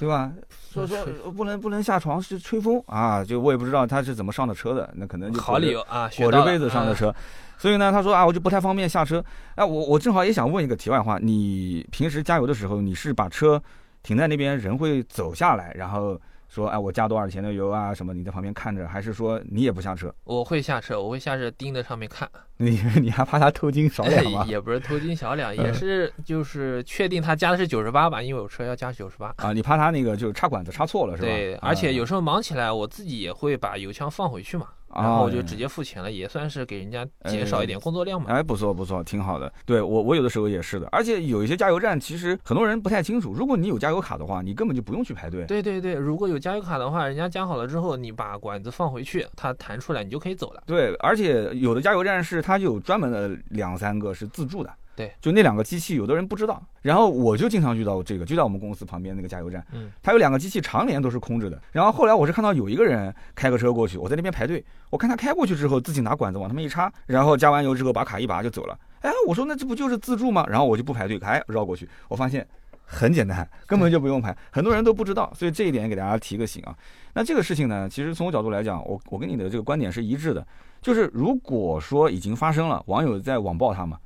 对吧？所以说呃不能不能下床是吹风啊，就我也不知道他是怎么上的车的，那可能就好理由啊，学裹到着了被子上的，车。所以呢，他说啊，我就不太方便下车。哎、我我正好也想问一个题外话，你平时加油的时候，你是把车停在那边，人会走下来，然后说，哎，我加多少钱的油啊，什么？你在旁边看着，还是说你也不下车？ 嗯我会下车，我会下车盯着上面看，？你你还怕他偷斤少两吗也不是偷斤小两，也嗯是就是确定他加的是九十八吧，因为我车要加九十八。啊，你怕他那个就是插管子插错了是吧？对，啊而且有时候忙起来，我自己也会把油枪放回去嘛，哦啊然后我就直接付钱了，也算是给人家减少一点工作量 嘛。哎，不错不错，挺好的。对我我有的时候也是的，而且有一些加油站，其实很多人不太清楚，如果你有加油卡的话，你根本就不用去排队。对对对，如果有加油卡的话，人家加好了之后，你把管子放回去，它弹出来，你就可以走了。对，而且有的加油站是它有专门的两三个是自助的。对，就那两个机器，有的人不知道。然后我就经常遇到这个，就在我们公司旁边那个加油站，嗯，它有两个机器常年都是空着的。然后后来我是看到有一个人开个车过去，我在那边排队，我看他开过去之后，自己拿管子往他们一插，然后加完油之后把卡一拔就走了。哎，我说那这不就是自助吗？然后我就不排队，哎，绕过去，我发现很简单，根本就不用排，很多人都不知道，所以这一点给大家提个醒啊。那这个事情呢，其实从我角度来讲，我我跟你的这个观点是一致的，就是如果说已经发生了，网友在网暴他嘛，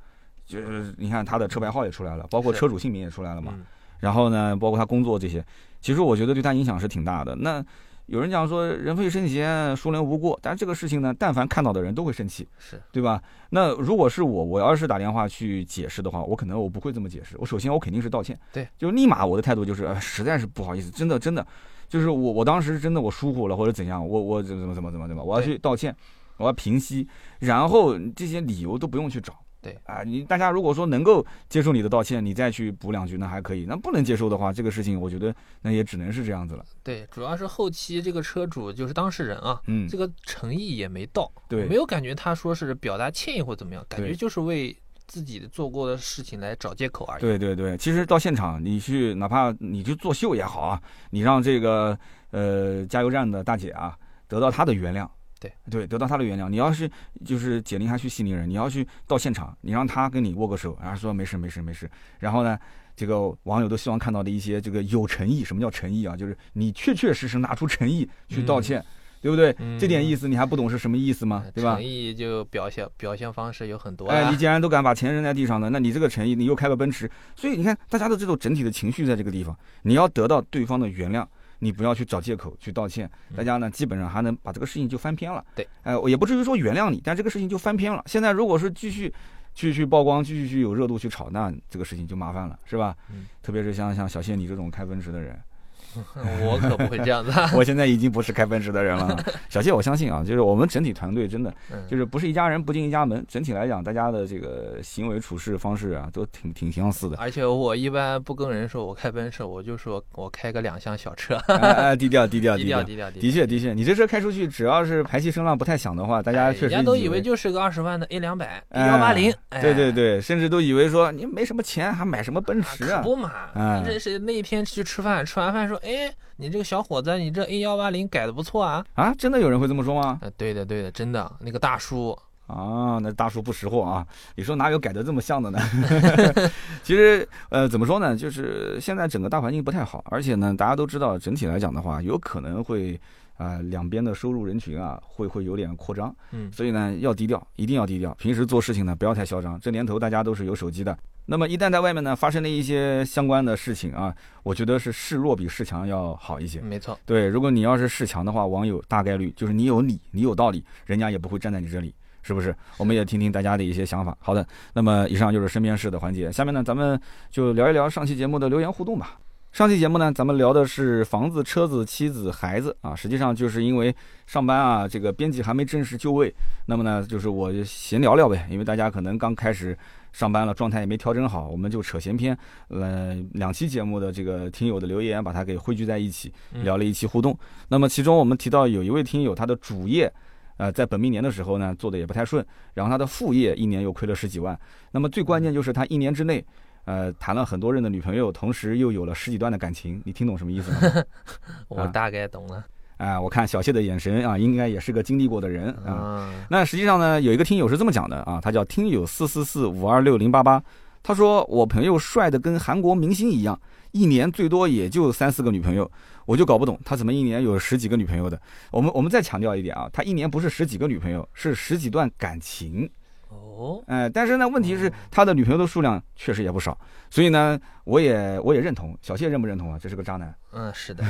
就是你看他的车牌号也出来了，包括是车主姓名也出来了嘛，嗯，然后呢，包括他工作这些，其实我觉得对他影响是挺大的。那有人讲说人非圣贤，孰能无过？但这个事情呢，但凡看到的人都会生气，是对吧？那如果是我，我要是打电话去解释的话，我可能我不会这么解释。我首先我肯定是道歉，对，就立马我的态度就是，呃实在是不好意思，真的真的，就是我我当时真的我疏忽了或者怎样，我我怎么怎么怎么怎么，我要对去道歉，我要平息，然后这些理由都不用去找。对啊，你大家如果说能够接受你的道歉，你再去补两句，那还可以；那不能接受的话，这个事情我觉得那也只能是这样子了。对，主要是后期这个车主就是当事人啊，嗯这，个诚意也没到，对没有感觉他说是表达歉意或怎么样，感觉对就是为自己做过的事情来找借口而已。对对对，其实到现场你去，哪怕你去作秀也好啊，你让这个呃加油站的大姐啊得到她的原谅。对对，得到她的原谅。你要是就是解铃还须系铃人，你要去到现场，你让她跟你握个手，然后说没事没事没事。然后呢，这个网友都希望看到的一些这个有诚意，什么叫诚意啊？就是你确确实实拿出诚意去道歉，对不对？嗯这点意思你还不懂是什么意思吗呃？对吧诚？意就表现表现方式有很多哎，啦你既然都敢把钱扔在地上了，那你这个诚意，你又开个奔驰，所以你看大家的这种整体的情绪在这个地方，你要得到对方的原谅，你不要去找借口去道歉，嗯大家呢基本上还能把这个事情就翻篇了。对，哎、我也不至于说原谅你，但这个事情就翻篇了。现在如果是继续。去去曝光，继续去有热度去炒，那这个事情就麻烦了，是吧？嗯特别是像像小谢你这种开奔驰的 人，我可不会这 样子啊。我现在已经不是开奔驰的人 了。小谢，我相信啊，就是我们整体团队真的嗯。就是不是一家人不进一家门，整体来讲，大家的这个行为处事方式啊，都挺挺相似的 而且我一般不跟人说我开奔驰，我就说我开个两厢小 车，哎哎，低调低调低调调。低调低的调。确，的确，你这车开出去，只要是排气声浪不太响的话，大家哎确实人家都以以为就是个二十万的 A 两百、哎 A 幺八零，哎对对，对，甚至都以为说你没什么钱，还买什么奔啊驰可啊？不嘛哎。认识那一天去吃饭，吃完饭说，哎，你这个小伙子，你这 A 幺八零改的不错啊。啊，真的有人会这么说吗？啊，对的对的，真的，那个大叔，啊，那大叔不识货啊！你说哪有改得这么像的呢？ 其实，呃，怎么说呢？就是现在整个大环境不太好，而且呢，大家都知道，整体来讲的话，有可能会，啊、两边的收入人群啊，会会有点扩张，嗯，所以呢，要低调，一定要低调。平时做事情呢，不要太嚣张。这年头大家都是有手机的，那么一旦在外面呢发生了一些相关的事情啊，我觉得是示弱比示强要好一些。没错，对，如果你要是示强的话，网友大概率就是你有理，你有道理，人家也不会站在你这里，是不是？我们也听听大家的一些想法。好的，那么以上就是身边事的环节，下面呢，咱们就聊一聊上期节目的留言互动吧。上期节目呢，咱们聊的是房子、车子、妻子、孩子啊，实际上就是因为上班啊，这个编辑还没正式就位，那么呢，就是我就闲聊聊呗，因为大家可能刚开始上班了，状态也没调整好，我们就扯闲篇，呃，两期节目的这个听友的留言把它给汇聚在一起，嗯聊了一期互动。那么其中我们提到有一位听友，他的主业。呃，在本命年的时候呢，做的也不太顺，然后他的副业一年又亏了十几万。那么最关键就是他一年之内，呃，谈了很多任的女朋友，同时又有了十几段的感情。你听懂什么意思吗？ 我啊大概懂了。啊、我看小谢的眼神啊，应该也是个经历过的人啊。啊，那实际上呢，有一个听友是这么讲的啊，他叫听友四四四五二六零八八，他说我朋友帅的跟韩国明星一样，一年最多也就三四个女朋友，我就搞不懂他怎么一年有十几个女朋友的。我们我们再强调一点啊，他一年不是十几个女朋友，是十几段感情。哦，哎，但是呢，问题是哦他的女朋友的数量确实也不少，所以呢，我也我也认同小谢认不认同啊？这是个渣男。嗯，是的，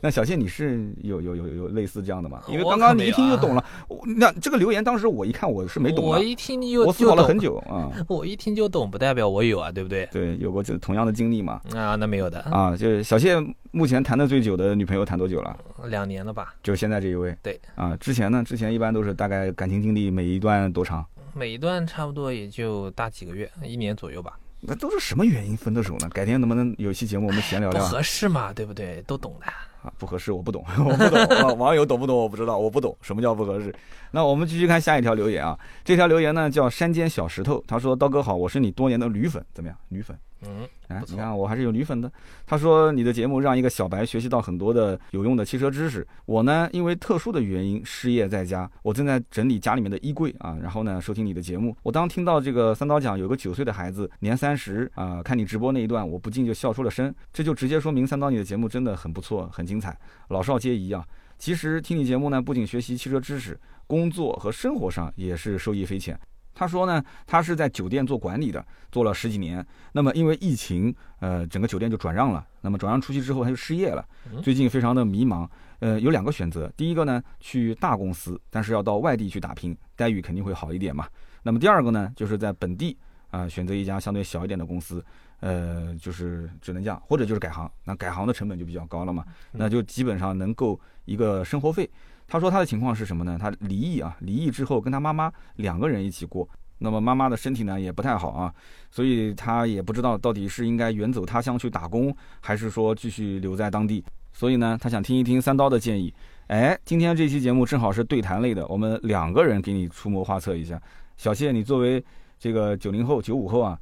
那小谢，你是有有有有类似这样的吗？因为我刚可刚你没一有听就啊懂了，我那这个留言当时我一看我是没懂我的，一听就我思就考了懂很，久啊、嗯我一听就懂，不代表我有啊，对不对？对，有过这同样的经历嘛？啊，那没有的，啊，就是小谢目前谈的最久的女朋友谈多久了？两年了吧？就是现在这一位。对啊，之前呢，之前一般都是大概感情经历每一段多长？每一段差不多也就大几个月，一年左右吧，那都是什么原因分的手呢？改天能不能有一期节目我们闲聊不聊？合适嘛，对不对？都懂的。啊，不合适，我不懂， 我不懂，啊网友懂不懂我不知道，我不懂什么叫不合适。那我们继续看下一条留言啊，这条留言呢叫山间小石头，他说刀哥好，我是你多年的驴粉，怎么样？驴粉，嗯，哎不，错你看我还是有驴粉的。他说你的节目让一个小白学习到很多的有用的汽车知识。我呢，因为特殊的原因失业在家，我正在整理家里面的衣柜啊，然后呢收听你的节目。我当听到这个三刀讲有个九岁的孩子年三十啊，看你直播那一段，我不禁就笑出了声。这就直接说明三刀你的节目真的很不错，很精彩，老少皆宜啊。其实听你节目呢，不仅学习汽车知识，工作和生活上也是受益匪浅。他说呢，他是在酒店做管理的，做了十几年。那么因为疫情，呃，整个酒店就转让了。那么转让出去之后，他就失业了嗯，最近非常的迷茫。呃，有两个选择，第一个呢，去大公司，但是要到外地去打拼，待遇肯定会好一点嘛。那么第二个呢，就是在本地啊、选择一家相对小一点的公司，呃，就是只能这样，或者就是改行。那改行的成本就比较高了嘛，那就基本上能够一个生活费。他说他的情况是什么呢？他离异啊，离异之后跟他妈妈两个人一起过。那么妈妈的身体呢也不太好啊，所以他也不知道到底是应该远走他乡去打工，还是说继续留在当地。所以呢，他想听一听三刀的建议。哎，今天这期节目正好是对谈类的，我们两个人给你出谋划策一下。小谢，你作为这个九零后、九五后啊，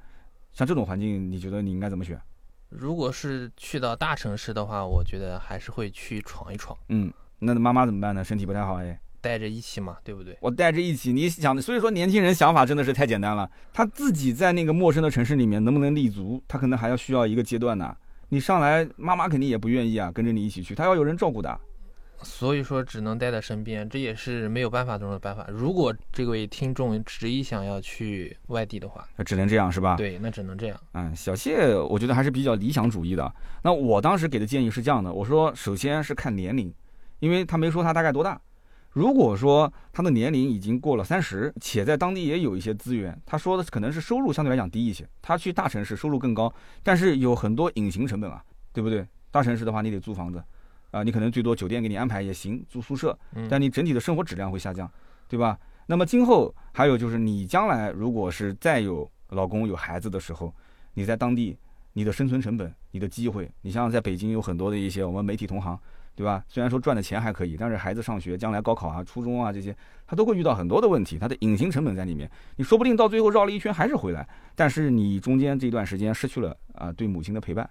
像这种环境，你觉得你应该怎么选？如果是去到大城市的话，我觉得还是会去闯一闯，嗯，那妈妈怎么办呢？身体不太好哎。带着一起嘛，对不对？我带着一起，你想，所以说年轻人想法真的是太简单了。他自己在那个陌生的城市里面能不能立足，他可能还要需要一个阶段呢。你上来，妈妈肯定也不愿意啊，跟着你一起去，他要有人照顾的。啊所以说只能待在身边，这也是没有办法中的办法。如果这位听众执意想要去外地的话，只能这样是吧？，对，那只能这样。嗯，小谢，我觉得还是比较理想主义的。那我当时给的建议是这样的，我说首先是看年龄，因为他没说他大概多大。如果说他的年龄已经过了三十，且在当地也有一些资源，他说的可能是收入相对来讲低一些，他去大城市收入更高，但是有很多隐形成本啊，对不对？大城市的话，你得租房子，啊、你可能最多酒店给你安排也行，住宿舍，嗯，但你整体的生活质量会下降，对吧？那么今后还有就是，你将来如果是再有老公有孩子的时候，你在当地你的生存成本、你的机会，你像在北京有很多的一些我们媒体同行，对吧？虽然说赚的钱还可以，但是孩子上学、将来高考啊、初中啊这些，他都会遇到很多的问题，他的隐形成本在里面。你说不定到最后绕了一圈还是回来，但是你中间这段时间失去了啊、对母亲的陪伴。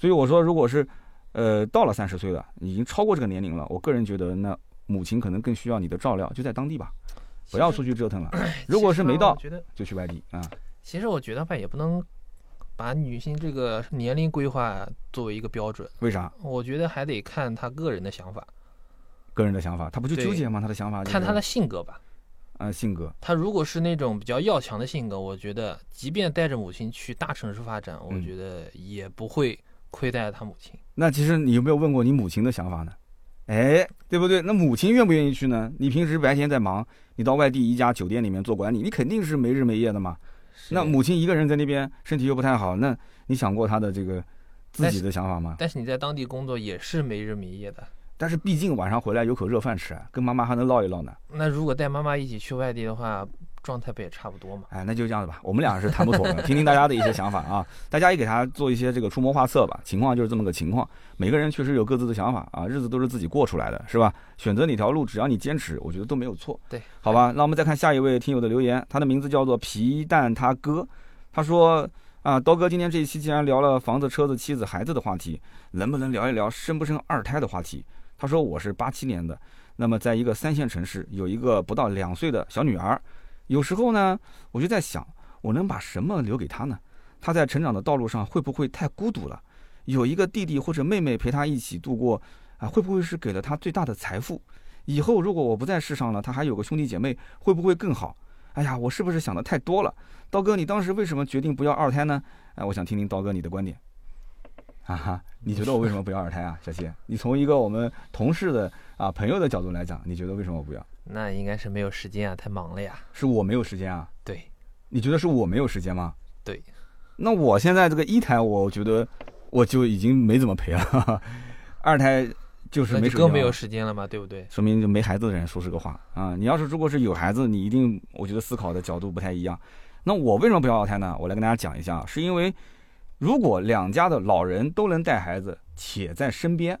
所以我说，如果是呃到了三十岁了，已经超过这个年龄了，我个人觉得那母亲可能更需要你的照料，就在当地吧，不要出去折 腾了。如果是没到其实吧我觉得就去外地啊。其实我觉得吧，也不能把女性这个年龄规划作为一个标准，为啥？我觉得还得看她个人的想法，个人的想法，他不去对纠结吗？他的想法、啊就是、看她的性格吧。呃性格，她如果是那种比较要强的性格，我觉得即便带着母亲去大城市发展，我嗯觉得也不会亏待她母亲。那其实你有没有问过你母亲的想法呢？哎，对不对？那母亲愿不愿意去呢？你平时白天在忙，你到外地一家酒店里面做管理，你肯定是没日没夜的嘛。是那的母亲一个人在那边，身体又不太好，那你想过她的这个自但己是的想法吗？但是你在当地工作也是没日没夜的。但是毕竟晚上回来有口热饭吃啊，跟妈妈还能唠一唠呢。那如果带妈妈一起去外地的话，状态不也差不多嘛？哎，那就这样子吧，我们俩是谈不妥的，听听大家的一些想法啊，大家也给他做一些这个出谋划策吧。情况就是这么个情况，每个人确实有各自的想法啊，日子都是自己过出来的，是吧？选择哪条路，只要你坚持，我觉得都没有错。对，好吧，那我们再看下一位听友的留言，他的名字叫做皮蛋他哥，他说啊，刀哥今天这一期既然聊了房子、车子、妻子、孩子的话题，能不能聊一聊生不生二胎的话题？他说我是八七年的，那么在一个三线城市有一个不到两岁的小女儿，有时候呢，我就在想，我能把什么留给她呢？他在成长的道路上会不会太孤独了？有一个弟弟或者妹妹陪他一起度过，啊，会不会是给了他最大的财富？以后如果我不在世上了，他还有个兄弟姐妹，会不会更好？哎呀，我是不是想的太多了？刀哥，你当时为什么决定不要二胎呢？哎，我想听听刀哥你的观点。啊哈，你觉得我为什么不要二胎啊，小谢？你从一个我们同事的啊朋友的角度来讲，你觉得为什么不要？那应该是没有时间啊，太忙了呀。是我没有时间啊？对，你觉得是我没有时间吗？对，那我现在这个一胎，我觉得我就已经没怎么陪了， 二胎就是那没就更没有时间了。时间了嘛，对不对？说明就没孩子的人说这个话啊！你要是如果是有孩子，你一定我觉得思考的角度不太一样。那我为什么不要二胎呢？我来跟大家讲一下啊，是因为如果两家的老人都能带孩子且在身边，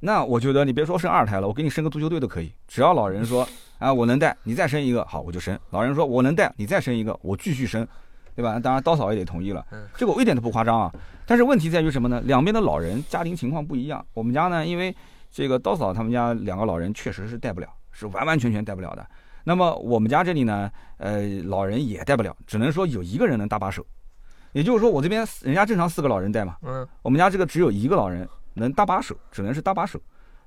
那我觉得你别说生二胎了，我给你生个足球队都可以，只要老人说啊我能带，你再生一个好我就生；老人说我能带，你再生一个我继续生，对吧？当然刀嫂也得同意了嗯，这个我一点都不夸张啊。但是问题在于什么呢？两边的老人家庭情况不一样，我们家呢因为。这个刀嫂他们家两个老人确实是带不了，是完完全全带不了的。那么我们家这里呢，呃，老人也带不了，只能说有一个人能搭把手。也就是说，我这边四人家正常四个老人带嘛，嗯，我们家这个只有一个老人能搭把手，只能是搭把手。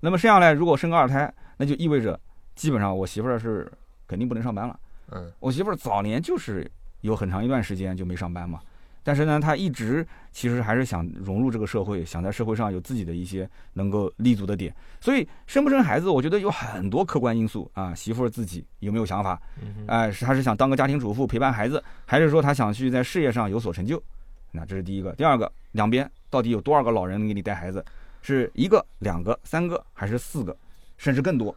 那么生下来如果生个二胎，那就意味着基本上我媳妇儿是肯定不能上班了。嗯，我媳妇儿早年就是有很长一段时间就没上班嘛，但是呢，她一直其实还是想融入这个社会，想在社会上有自己的一些能够立足的点。所以生不生孩子，我觉得有很多客观因素啊，媳妇儿自己有没有想法，嗯哼，哎、是她是想当个家庭主妇陪伴孩子，还是说她想去在事业上有所成就？那这是第一个。第二个，两边到底有多少个老人能给你带孩子？是一个、两个、三个，还是四个，甚至更多，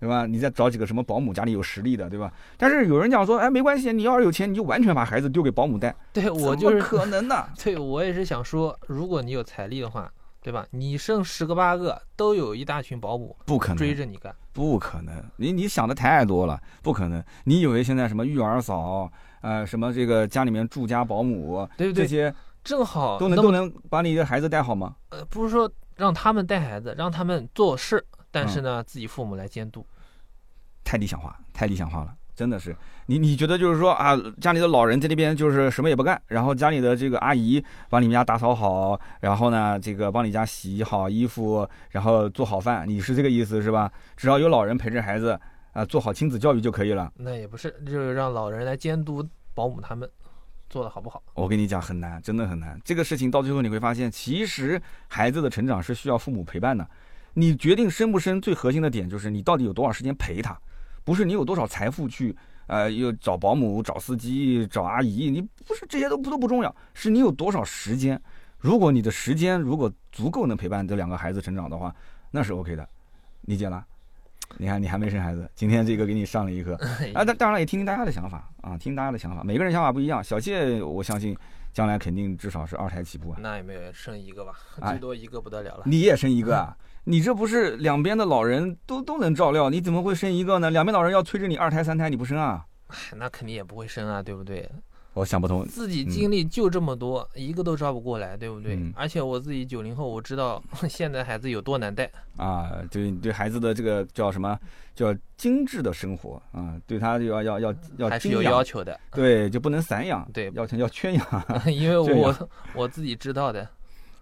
对吧？你再找几个什么保姆，家里有实力的，对吧？但是有人讲说，哎，没关系，你要是有钱，你就完全把孩子丢给保姆带，对我怎么就是可能呢？对我也是想说，如果你有财力的话，对吧？你剩十个八个，都有一大群保姆 不可能，追着你干。不可能，你你想的太多了，不可能。你以为现在什么育儿嫂，呃，什么这个家里面住家保姆，对不这对？些正好都能那都么能把你的孩子带好吗？呃，不是说让他们带孩子，让他们做事，但嗯是呢，自己父母来监督。太理想化，太理想化了，真的是。你你觉得就是说啊，家里的老人在那边就是什么也不干，然后家里的这个阿姨把你们家打扫好，然后呢，这个帮你家洗好衣服，然后做好饭，你是这个意思是吧？只要有老人陪着孩子啊、做好亲子教育就可以了。那也不是，就是让老人来监督保姆他们做的好不好。 我跟你讲很难，真的很难。这个事情到最后你会发现，其实孩子的成长是需要父母陪伴的。你决定生不生，最核心的点就是你到底有多少时间陪他，不是你有多少财富去，呃，又找保姆、找司机、找阿姨，你不是这些都不都不重要，是你有多少时间。如果你的时间如果足够能陪伴这两个孩子成长的话，那是 OK 的，理解啦。你看，你还没生孩子，今天这个给你上了一课。哎啊，当当然也听听大家的想法啊，听大家的想法，每个人想法不一样。小谢，我相信将来肯定至少是二胎起步啊。那也没有，生一个吧，哎最多一个不得了了。你也生一个啊？嗯你这不是两边的老人都都能照料，你怎么会生一个呢？两边老人要催着你二胎三胎，你不生啊？哎那肯定也不会生啊，对不对？我想不通。自己精力就这么多，一个都照不过来，对不对？嗯而且我自己九零后，我知道 现在孩子有多难带。啊，对对孩子的这个叫什么叫精致的生活啊，对他就要要要要还是精有养要求的， 对，就不能散养，对要要圈养因为这样我 我自己知道的，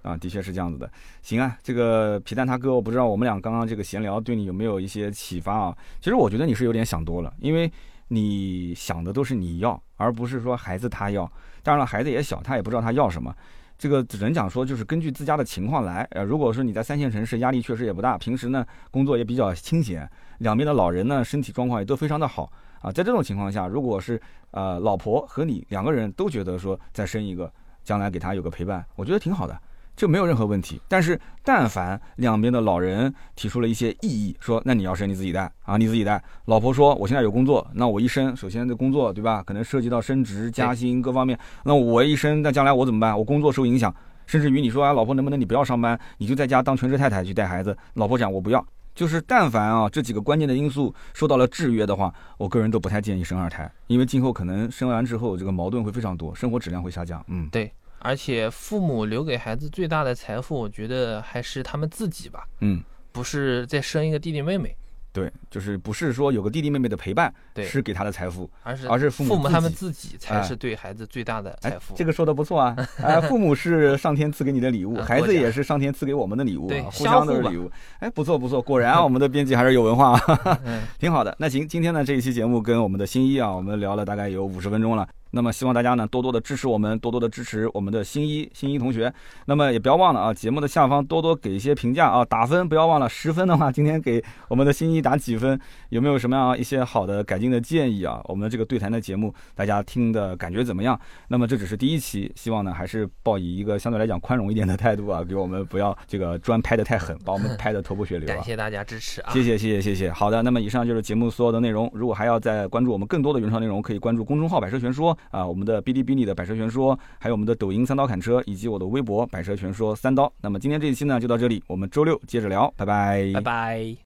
啊，的确是这样子的。行啊，这个皮蛋他哥，我不知道我们俩刚刚这个闲聊对你有没有一些启发啊？其实我觉得你是有点想多了，因为你想的都是你要，而不是说孩子他要。当然了，孩子也小，他也不知道他要什么。这个只能讲说，就是根据自家的情况来。呃，如果说你在三线城市，压力确实也不大，平时呢工作也比较清闲，两边的老人呢身体状况也都非常的好啊。在这种情况下，如果是呃老婆和你两个人都觉得说再生一个，将来给他有个陪伴，我觉得挺好的。这没有任何问题。但是，但凡两边的老人提出了一些异议，说那你要生你自己带啊，你自己带。老婆说我现在有工作，那我一生，首先这工作对吧，可能涉及到升职加薪各方面，那我一生，那将来我怎么办？我工作受影响，甚至于你说啊，老婆能不能你不要上班，你就在家当全职太太去带孩子？老婆讲我不要。就是但凡啊这几个关键的因素受到了制约的话，我个人都不太建议生二胎，因为今后可能生完之后这个矛盾会非常多，生活质量会下降。嗯，而且父母留给孩子最大的财富，我觉得还是他们自己吧，嗯。不是再生一个弟弟妹妹，对，就是不是说有个弟弟妹妹的陪伴对是给他的财富，而是而是父父母自他们己自己才哎是对孩子最大的财富。这个说的不错 啊！哎，父母是上天赐给你的礼物，嗯孩过子奖也是上天赐给我们的礼物、对啊，互相相都是互吧礼物。哎，不错不错，果然啊，我们的编辑还是有文化啊。嗯，挺好的。那行，今天呢这一期节目跟我们的新一啊，我们聊了大概有五十分钟了。那么希望大家呢多多的支持我们，多多的支持我们的新一新一同学。那么也不要忘了啊，节目的下方多多给一些评价啊，打分不要忘了，十分的话，今天给我们的新一打几分？有没有什么样一些好的改进的建议啊？我们这个对谈的节目，大家听的感觉怎么样？那么这只是第一期，希望呢还是抱以一个相对来讲宽容一点的态度啊，给我们不要这个砖拍的太狠，把我们拍的头破血流啊感。谢大家支持啊！谢谢谢谢谢谢。好的，那么以上就是节目所有的内容。如果还要再关注我们更多的原创内容，可以关注公众号“百车全说”啊，我们的哔哩哔哩的“百车全说”，还有我们的抖音“三刀砍车”，以及我的微博“百车全说三刀”。那么今天这一期呢就到这里，我们周六接着聊，拜拜，拜拜。